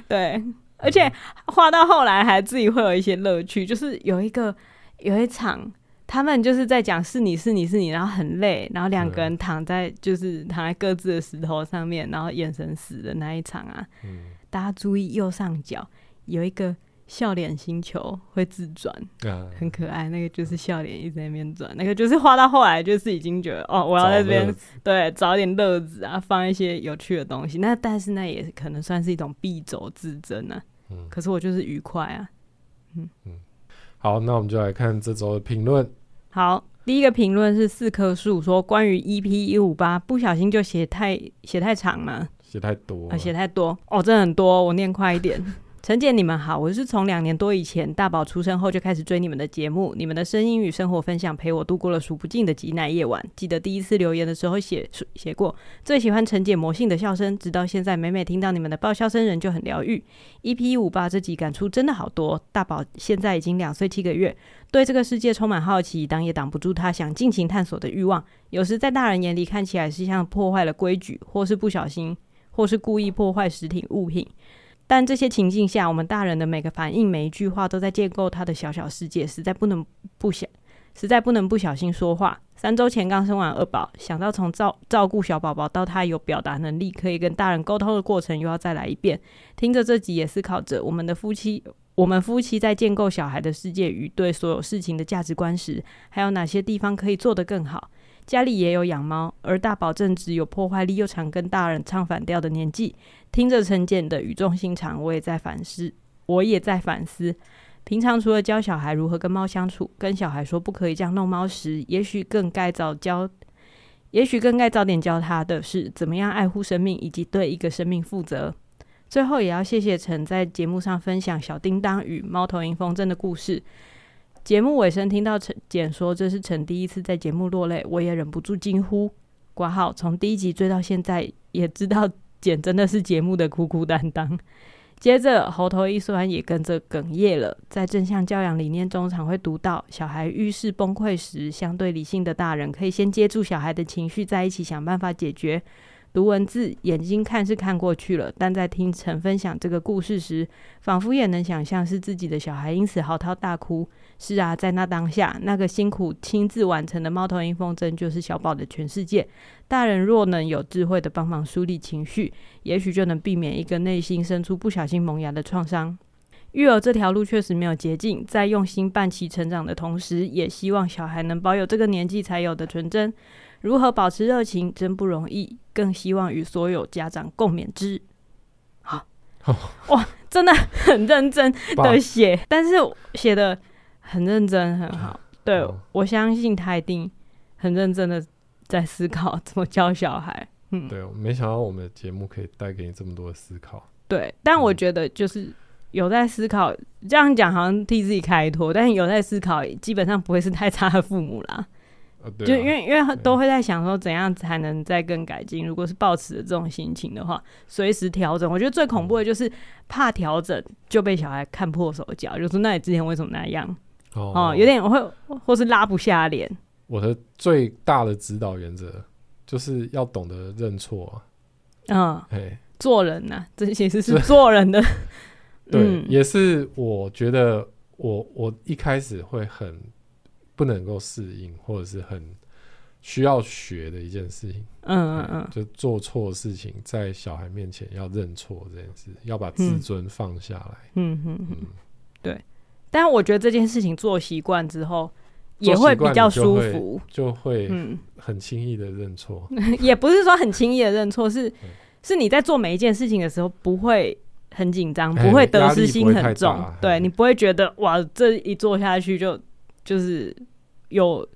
[SPEAKER 1] 对，而且画到后来还自己会有一些乐趣，就是有一个有一场。他们就是在讲是你是你是你，然后很累，然后两个人躺在、就是躺在各自的石头上面，然后眼神死的那一场啊，
[SPEAKER 2] 嗯
[SPEAKER 1] 大家注意右上角有一个笑脸星球会自转，
[SPEAKER 2] 啊，
[SPEAKER 1] 很可爱，那个就是笑脸一直在那边转，那个就是画到后来就是已经觉得哦，我要在这边
[SPEAKER 2] 找乐
[SPEAKER 1] 对，找点乐子啊，放一些有趣的东西。那但是那也是可能算是一种敝帚自珍啊。
[SPEAKER 2] 嗯
[SPEAKER 1] 可是我就是愉快啊。
[SPEAKER 2] 好，那我们就来看这周的评论。
[SPEAKER 1] 好，第一个评论是四棵树说关于 EP 一五八，不小心就写太写太长了。
[SPEAKER 2] 写太多了，
[SPEAKER 1] 啊，写太多哦，真的很多，我念快一点。陈姐，你们好，我是从两年多以前大宝出生后就开始追你们的节目，你们的声音与生活分享陪我度过了数不尽的挤奶夜晚。记得第一次留言的时候写写过，最喜欢陈姐魔性的笑声，直到现在每每听到你们的爆笑声，人就很疗愈。EP 五八这集感触真的好多，大宝现在已经两岁七个月，对这个世界充满好奇，挡也挡不住他想尽情探索的欲望。有时在大人眼里看起来是像破坏了规矩，或是不小心或是故意破坏实体物品。但这些情境下，我们大人的每个反应、每一句话都在建构他的小小世界，实在不能不小，实在不能不小心说话。三周前刚生完二宝，想到从照照顾小宝宝到他有表达能力，可以跟大人沟通的过程，又要再来一遍。听着这集，也思考着我们的夫妻，我们夫妻在建构小孩的世界与对所有事情的价值观时，还有哪些地方可以做得更好。家里也有养猫，而大宝正值有破坏力又常跟大人唱反调的年纪。听着陈简的语重心长，我也在反思，我也在反思。平常除了教小孩如何跟猫相处，跟小孩说不可以这样弄猫时，也许更该早教，也许更该早点教他的是怎么样爱护生命，以及对一个生命负责。最后，也要谢谢陈在节目上分享小叮当与猫头鹰风筝的故事。节目尾声听到陈简说这是陈第一次在节目落泪，我也忍不住惊呼。挂号从第一集追到现在，也知道简真的是节目的哭哭担当。接着喉头一酸也跟着哽咽了。在正向教养理念中，常会读到小孩遇事崩溃时，相对理性的大人可以先接住小孩的情绪，在一起想办法解决。读文字，眼睛看是看过去了，但在听陈分享这个故事时，仿佛也能想象是自己的小孩因此嚎啕大哭。是啊，在那当下，那个辛苦亲自完成的猫头鹰风筝就是小宝的全世界。大人若能有智慧的帮忙梳理情绪，也许就能避免一个内心深处不小心萌芽的创伤。育儿这条路确实没有捷径，在用心伴其成长的同时，也希望小孩能保有这个年纪才有的纯真。如何保持热情，真不容易，更希望与所有家长共勉之。好，
[SPEAKER 2] 好
[SPEAKER 1] 哇，真的很认真
[SPEAKER 2] 爸
[SPEAKER 1] 的写，但是写的很认真，很好。
[SPEAKER 2] 嗯
[SPEAKER 1] 对
[SPEAKER 2] 好，
[SPEAKER 1] 我相信他一定很认真的在思考怎么教小孩。嗯，
[SPEAKER 2] 对，我没想到我们的节目可以带给你这么多的思考。
[SPEAKER 1] 对，但我
[SPEAKER 2] 嗯
[SPEAKER 1] 觉得就是有在思考，这样讲好像替自己开脱，但有在思考，基本上不会是太差的父母啦。
[SPEAKER 2] 呃，对啊、
[SPEAKER 1] 就因为因为
[SPEAKER 2] 对
[SPEAKER 1] 都会在想说怎样才能再更改进。如果是抱持着这种心情的话，随时调整。我觉得最恐怖的就是怕调整就被小孩看破手脚，就说那你之前为什么那样？
[SPEAKER 2] 哦
[SPEAKER 1] 哦，有点会或是拉不下脸。
[SPEAKER 2] 我的最大的指导原则就是要懂得认错啊。
[SPEAKER 1] 嗯，
[SPEAKER 2] 哎，
[SPEAKER 1] 做人呐、这其实是做人 的。
[SPEAKER 2] 对，
[SPEAKER 1] 嗯
[SPEAKER 2] 也是我觉得我我一开始会很不能够适应，或者是很需要学的一件事情。
[SPEAKER 1] 嗯嗯嗯，
[SPEAKER 2] 就做错事情，在小孩面前要认错这件事，要把自尊放下来。
[SPEAKER 1] 嗯嗯嗯
[SPEAKER 2] 嗯，
[SPEAKER 1] 但我觉得这件事情做习惯之后，
[SPEAKER 2] 做
[SPEAKER 1] 也会
[SPEAKER 2] 习惯
[SPEAKER 1] 比较
[SPEAKER 2] 你就
[SPEAKER 1] 舒
[SPEAKER 2] 会
[SPEAKER 1] 服。
[SPEAKER 2] 就会
[SPEAKER 1] 嗯，
[SPEAKER 2] 很轻易的 认错。
[SPEAKER 1] 也不是说很轻易的认错，是
[SPEAKER 2] 嗯
[SPEAKER 1] 是你在做每一件事情的时候不会很紧张，
[SPEAKER 2] 哎
[SPEAKER 1] 不会得失心
[SPEAKER 2] 压力
[SPEAKER 1] 很
[SPEAKER 2] 不会
[SPEAKER 1] 重
[SPEAKER 2] 太大，哎
[SPEAKER 1] 对你不会觉得哇这一做下去就就是有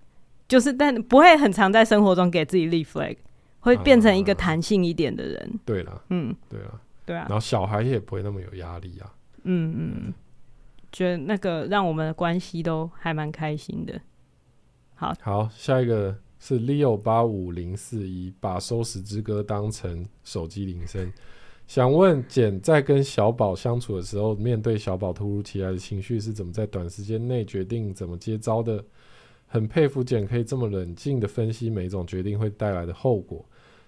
[SPEAKER 1] 就是，但不会很常在生活中给自己立 flag，会变成一个
[SPEAKER 2] 啊
[SPEAKER 1] 弹性一点的人。
[SPEAKER 2] 对啦，
[SPEAKER 1] 嗯，
[SPEAKER 2] 对啦，
[SPEAKER 1] 对啊
[SPEAKER 2] 然，后小孩也不会那么有压力啊。
[SPEAKER 1] 嗯嗯嗯，觉得那个让我们的关系都还蛮开心的。
[SPEAKER 2] 好，下一个是 Leo 八五零四一，把《收拾之歌》当成手机铃声。想问简在跟小宝相处的时候，面对小宝突如其来的情绪是怎么在短时间内决定怎么接招的？很佩服简可以这么冷静的分析每一种决定会带来的后果，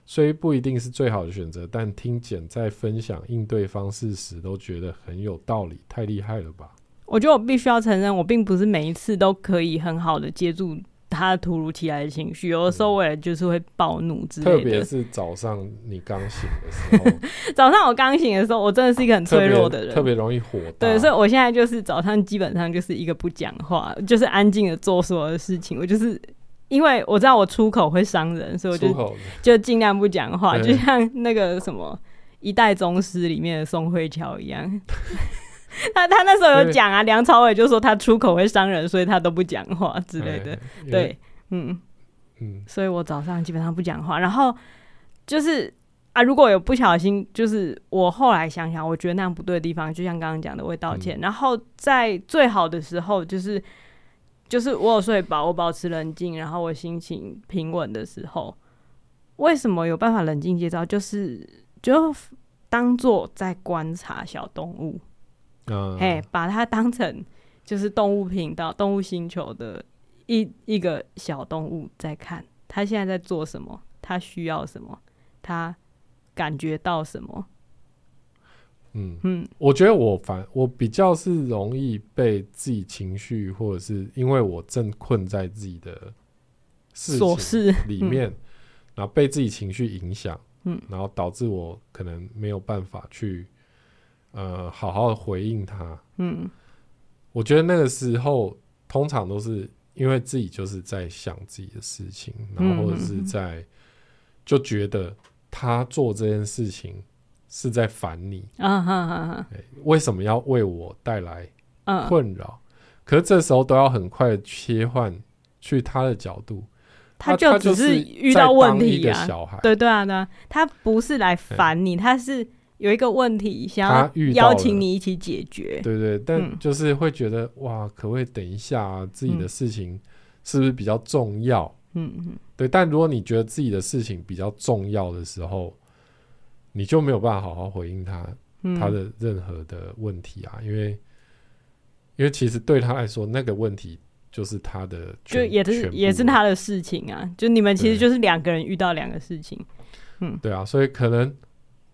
[SPEAKER 2] 虽不一定是最好的选择，但听简在分享应对方式时都觉得很有道理，太厉害了吧？
[SPEAKER 1] 我觉得我必须要承认，我并不是每一次都可以很好的接住他突如其来的情绪，有的时候我也就是会暴怒之
[SPEAKER 2] 嗯特
[SPEAKER 1] 类
[SPEAKER 2] 别
[SPEAKER 1] 的。
[SPEAKER 2] 是早上你刚醒的时候，
[SPEAKER 1] 早上我刚醒的时候，我真的是一个很 脆弱的
[SPEAKER 2] 特
[SPEAKER 1] 人。
[SPEAKER 2] 别容啊易火大。
[SPEAKER 1] 对，所以我现在就是早上基本上就是一个不讲话，就是安静的做所有的事情。我就是因为我知道我出口会伤人，所以我
[SPEAKER 2] 出
[SPEAKER 1] 就
[SPEAKER 2] 口
[SPEAKER 1] 就尽量不讲话，
[SPEAKER 2] 对
[SPEAKER 1] 就像那个什么《一代宗师》里面的宋慧乔一 样。他他那时候有讲啊，梁朝伟就说他出口会伤人，所以他都不讲话之类的。，
[SPEAKER 2] 哎，
[SPEAKER 1] 对，嗯，
[SPEAKER 2] 嗯，
[SPEAKER 1] 所以我早上基本上不讲话，然后就是啊，如果有不小心，就是我后来想想，我觉得那样不对的地方，就像刚刚讲的，我会道歉。然后在最好的时候，就是就是我有睡饱，我保持冷静，然后我心情平稳的时候，为什么有办法冷静接招？就是就当做在观察小动物，
[SPEAKER 2] 嗯，
[SPEAKER 1] 嘿，把它当成就是动物频道、动物星球的一一个小动物在看，它现在在做什么，它需要什么，它感觉到什么。
[SPEAKER 2] 嗯
[SPEAKER 1] 嗯
[SPEAKER 2] 我觉得我反我比较是容易被自己情绪，或者是因为我正困在自己的事
[SPEAKER 1] 琐
[SPEAKER 2] 情
[SPEAKER 1] 事，
[SPEAKER 2] 里面，然后被自己情绪影响，
[SPEAKER 1] 嗯，
[SPEAKER 2] 然后导致我可能没有办法去呃好好的回应他。
[SPEAKER 1] 嗯
[SPEAKER 2] 我觉得那个时候通常都是因为自己就是在想自己的事情，然后或
[SPEAKER 1] 嗯
[SPEAKER 2] 者是在、就觉得他做这件事情是在烦你，
[SPEAKER 1] 啊哈哈哈，
[SPEAKER 2] 哎为什么要为我带来
[SPEAKER 1] 嗯
[SPEAKER 2] 困扰？可是这时候都要很快的切换去他的角度，
[SPEAKER 1] 他
[SPEAKER 2] 就
[SPEAKER 1] 就只
[SPEAKER 2] 是
[SPEAKER 1] 遇到问
[SPEAKER 2] 在当一
[SPEAKER 1] 题
[SPEAKER 2] 个
[SPEAKER 1] 啊，
[SPEAKER 2] 小孩，嗯
[SPEAKER 1] 对对啊对啊，他不是来烦你，他是有一个问题想
[SPEAKER 2] 他
[SPEAKER 1] 要
[SPEAKER 2] 遇到
[SPEAKER 1] 邀
[SPEAKER 2] 了
[SPEAKER 1] 请你一起解决。
[SPEAKER 2] 对对，但
[SPEAKER 1] 嗯
[SPEAKER 2] 就是会觉得、哇，可不可以等一下、啊、自己的事情是不是比较重要？
[SPEAKER 1] 嗯嗯
[SPEAKER 2] 对，但如果你觉得自己的事情比较重要的时候，你就没有办法好好回应他
[SPEAKER 1] 嗯，
[SPEAKER 2] 他的任何的问题啊，因为因为其实对他来说，那个问题就是他的
[SPEAKER 1] 就
[SPEAKER 2] 全，
[SPEAKER 1] 也
[SPEAKER 2] 全
[SPEAKER 1] 是
[SPEAKER 2] 部
[SPEAKER 1] 也是
[SPEAKER 2] 了
[SPEAKER 1] 他的事情啊，就你们其实
[SPEAKER 2] 对
[SPEAKER 1] 就是两个人遇到两个事情，嗯，
[SPEAKER 2] 对啊，所以可能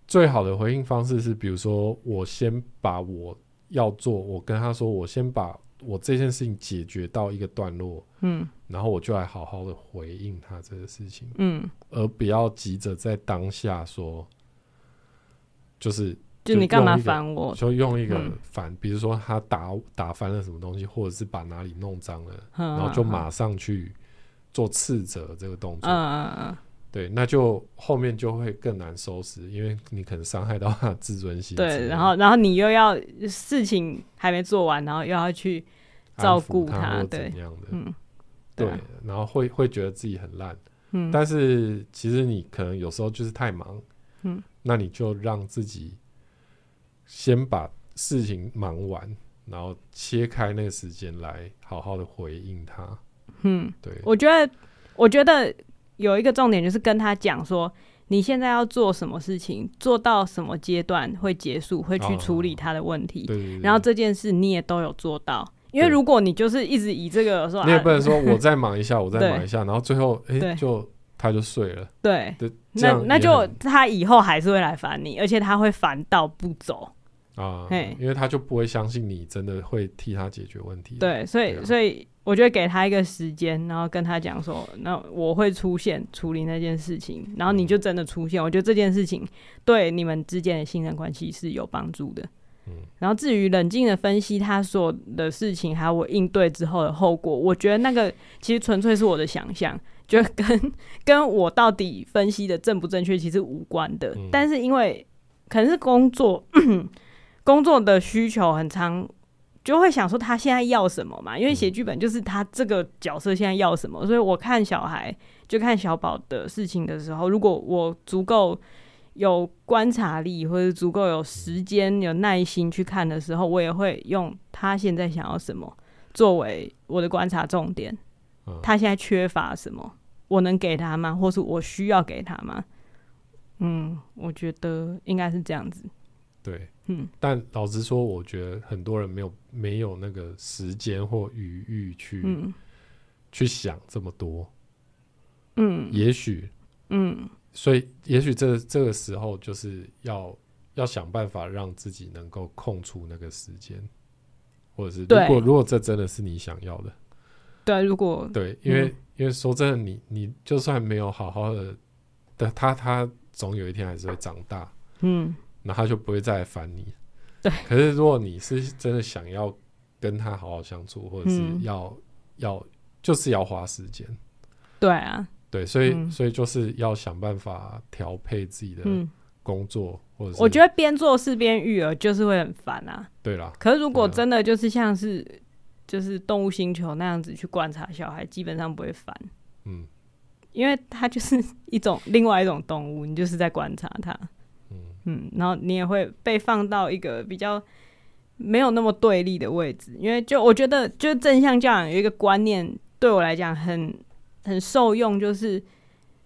[SPEAKER 2] 最好的回应方式是，比如说我先把我要做，我跟他说，我先把我这件事情解决到一个段落，
[SPEAKER 1] 嗯
[SPEAKER 2] 然后我就来好好的回应他这个事情，
[SPEAKER 1] 嗯，
[SPEAKER 2] 而不要急着在当下说，就是
[SPEAKER 1] 就
[SPEAKER 2] 就
[SPEAKER 1] 你干嘛
[SPEAKER 2] 用一个
[SPEAKER 1] 烦我？
[SPEAKER 2] 就用一个
[SPEAKER 1] 嗯
[SPEAKER 2] 反，比如说他打打翻了什么东西，或者是把哪里弄脏了，
[SPEAKER 1] 然
[SPEAKER 2] 然后就马上去做斥责这个动作，
[SPEAKER 1] 嗯嗯嗯
[SPEAKER 2] 对，那就后面就会更难收拾，因为你可能伤害到他的自尊心
[SPEAKER 1] 嗯，
[SPEAKER 2] 之类的。
[SPEAKER 1] 对，然后然后你又要事情还没做完，然后又要去，
[SPEAKER 2] 安抚
[SPEAKER 1] 照顾
[SPEAKER 2] 他
[SPEAKER 1] 他
[SPEAKER 2] 或
[SPEAKER 1] 对
[SPEAKER 2] 怎样的，
[SPEAKER 1] 嗯，
[SPEAKER 2] 对
[SPEAKER 1] 啊，
[SPEAKER 2] 然后会会觉得自己很烂，
[SPEAKER 1] 嗯，
[SPEAKER 2] 但是其实你可能有时候就是太忙，
[SPEAKER 1] 嗯，
[SPEAKER 2] 那你就让自己先把事情忙完，然后切开那个时间来好好的回应他，
[SPEAKER 1] 嗯，
[SPEAKER 2] 对，
[SPEAKER 1] 我觉得我觉得有一个重点就是跟他讲说。你现在要做什么事情，做到什么阶段会结束，会去处理他的问题。
[SPEAKER 2] 哦对对对
[SPEAKER 1] 然后这件事你也都有做到，因为
[SPEAKER 2] 对
[SPEAKER 1] 如果你就是一直以这个说
[SPEAKER 2] 你也不
[SPEAKER 1] 啊，
[SPEAKER 2] 能说我再忙一下，我再
[SPEAKER 1] 对
[SPEAKER 2] 忙一下，然后最后哎、
[SPEAKER 1] 对
[SPEAKER 2] 就他就睡了，
[SPEAKER 1] 对，
[SPEAKER 2] 对，这
[SPEAKER 1] 那
[SPEAKER 2] 样
[SPEAKER 1] 那
[SPEAKER 2] 也
[SPEAKER 1] 就
[SPEAKER 2] 很
[SPEAKER 1] 他以后还是会来烦你，而且他会烦到不走。
[SPEAKER 2] 啊
[SPEAKER 1] 嘿，
[SPEAKER 2] 因为他就不会相信你真的会替他解决问题，，
[SPEAKER 1] 对，所以、
[SPEAKER 2] 对啊
[SPEAKER 1] 所以我就会给他一个时间，然后跟他讲说，那我会出现处理那件事情，然后你就真的出现。我觉得这件事情对你们之间的信任关系是有帮助的。
[SPEAKER 2] 嗯
[SPEAKER 1] 然后至于冷静的分析他所的事情，还有我应对之后的后果，我觉得那个其实纯粹是我的想象，就跟 跟我到底分析的正不正确其实无关的。
[SPEAKER 2] 嗯
[SPEAKER 1] 但是因为可能是工作 工作的需求很长，就会想说他现在要什么嘛？因为写剧本就是他这个角色现在要什么，所以我看小孩就看小宝的事情的时候，如果我足够有观察力，或者足够有时间、有耐心去看的时候，我也会用他现在想要什么作为我的观察重点
[SPEAKER 2] 嗯。
[SPEAKER 1] 他现在缺乏什么？我能给他吗？或是我需要给他吗？嗯，我觉得应该是这样子。
[SPEAKER 2] 对，
[SPEAKER 1] 嗯，
[SPEAKER 2] 但老实说，我觉得很多人没有没有那个时间或余裕去、
[SPEAKER 1] 嗯
[SPEAKER 2] 去想这么多，
[SPEAKER 1] 嗯
[SPEAKER 2] 也许，
[SPEAKER 1] 嗯
[SPEAKER 2] 所以也许这这个时候就是要要想办法让自己能够空出那个时间，或者是如
[SPEAKER 1] 对
[SPEAKER 2] 果如果这真的是你想要的，
[SPEAKER 1] 对，如果
[SPEAKER 2] 对，因
[SPEAKER 1] 嗯
[SPEAKER 2] 为、因为说真的，你你就算没有好好的，但他他总有一天还是会长大，
[SPEAKER 1] 嗯
[SPEAKER 2] 那他就不会再来烦你。
[SPEAKER 1] 对。
[SPEAKER 2] 可是如果你是真的想要跟他好好相处，或者是
[SPEAKER 1] 嗯
[SPEAKER 2] 要、要就是要花时间，
[SPEAKER 1] 对啊，
[SPEAKER 2] 对，所以、
[SPEAKER 1] 嗯
[SPEAKER 2] 所以就是要想办法调配自己的
[SPEAKER 1] 嗯，
[SPEAKER 2] 工作，或啊者是
[SPEAKER 1] 我觉得边做事边育儿就是会很烦啊。
[SPEAKER 2] 对啦，
[SPEAKER 1] 可是如果
[SPEAKER 2] 对啊
[SPEAKER 1] 真的就是像是就是动物星球那样子去观察小孩，基本上不会烦，
[SPEAKER 2] 嗯
[SPEAKER 1] 因为它就是一种另外一种动物，你就是在观察它，
[SPEAKER 2] 嗯，
[SPEAKER 1] 嗯，然后你也会被放到一个比较没有那么对立的位置，因为就我觉得就正向教养有一个观念对我来讲很很受用，就是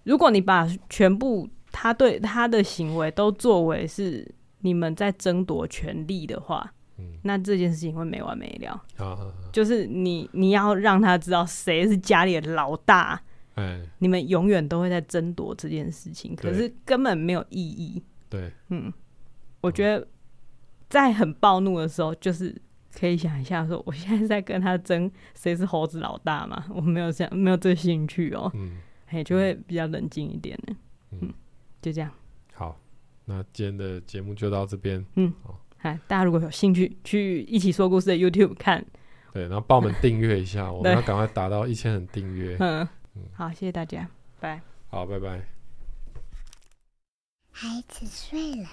[SPEAKER 1] 如果你把全部他对他的行为都作为是你们在争夺权利的话，
[SPEAKER 2] 嗯
[SPEAKER 1] 那这件事情会没完没了。
[SPEAKER 2] 啊啊，啊
[SPEAKER 1] 就是你你要让他知道谁是家里的老大，
[SPEAKER 2] 哎，
[SPEAKER 1] 你们永远都会在争夺这件事情，可
[SPEAKER 2] 对
[SPEAKER 1] 是根本没有意义。
[SPEAKER 2] 对，
[SPEAKER 1] 我
[SPEAKER 2] 嗯
[SPEAKER 1] 觉得在很暴怒的时候，就是可以想一下说，我现在在跟他争谁是猴子老大嘛？ 我没有这样，没有这兴趣哦、
[SPEAKER 2] 嗯，
[SPEAKER 1] 嘿，就会比较冷静一点呢。
[SPEAKER 2] 嗯
[SPEAKER 1] 嗯，就这样。
[SPEAKER 2] 好，那今天的节目就到这边，
[SPEAKER 1] 哎，大家如果有兴趣，去一起说故事的 YouTube 看。
[SPEAKER 2] 对，然后帮我们订阅一下，我们
[SPEAKER 1] 对
[SPEAKER 2] 要赶快达到一千人订阅，
[SPEAKER 1] 嗯，好，谢谢大家，拜。
[SPEAKER 2] 好，拜拜。
[SPEAKER 3] 孩子睡了，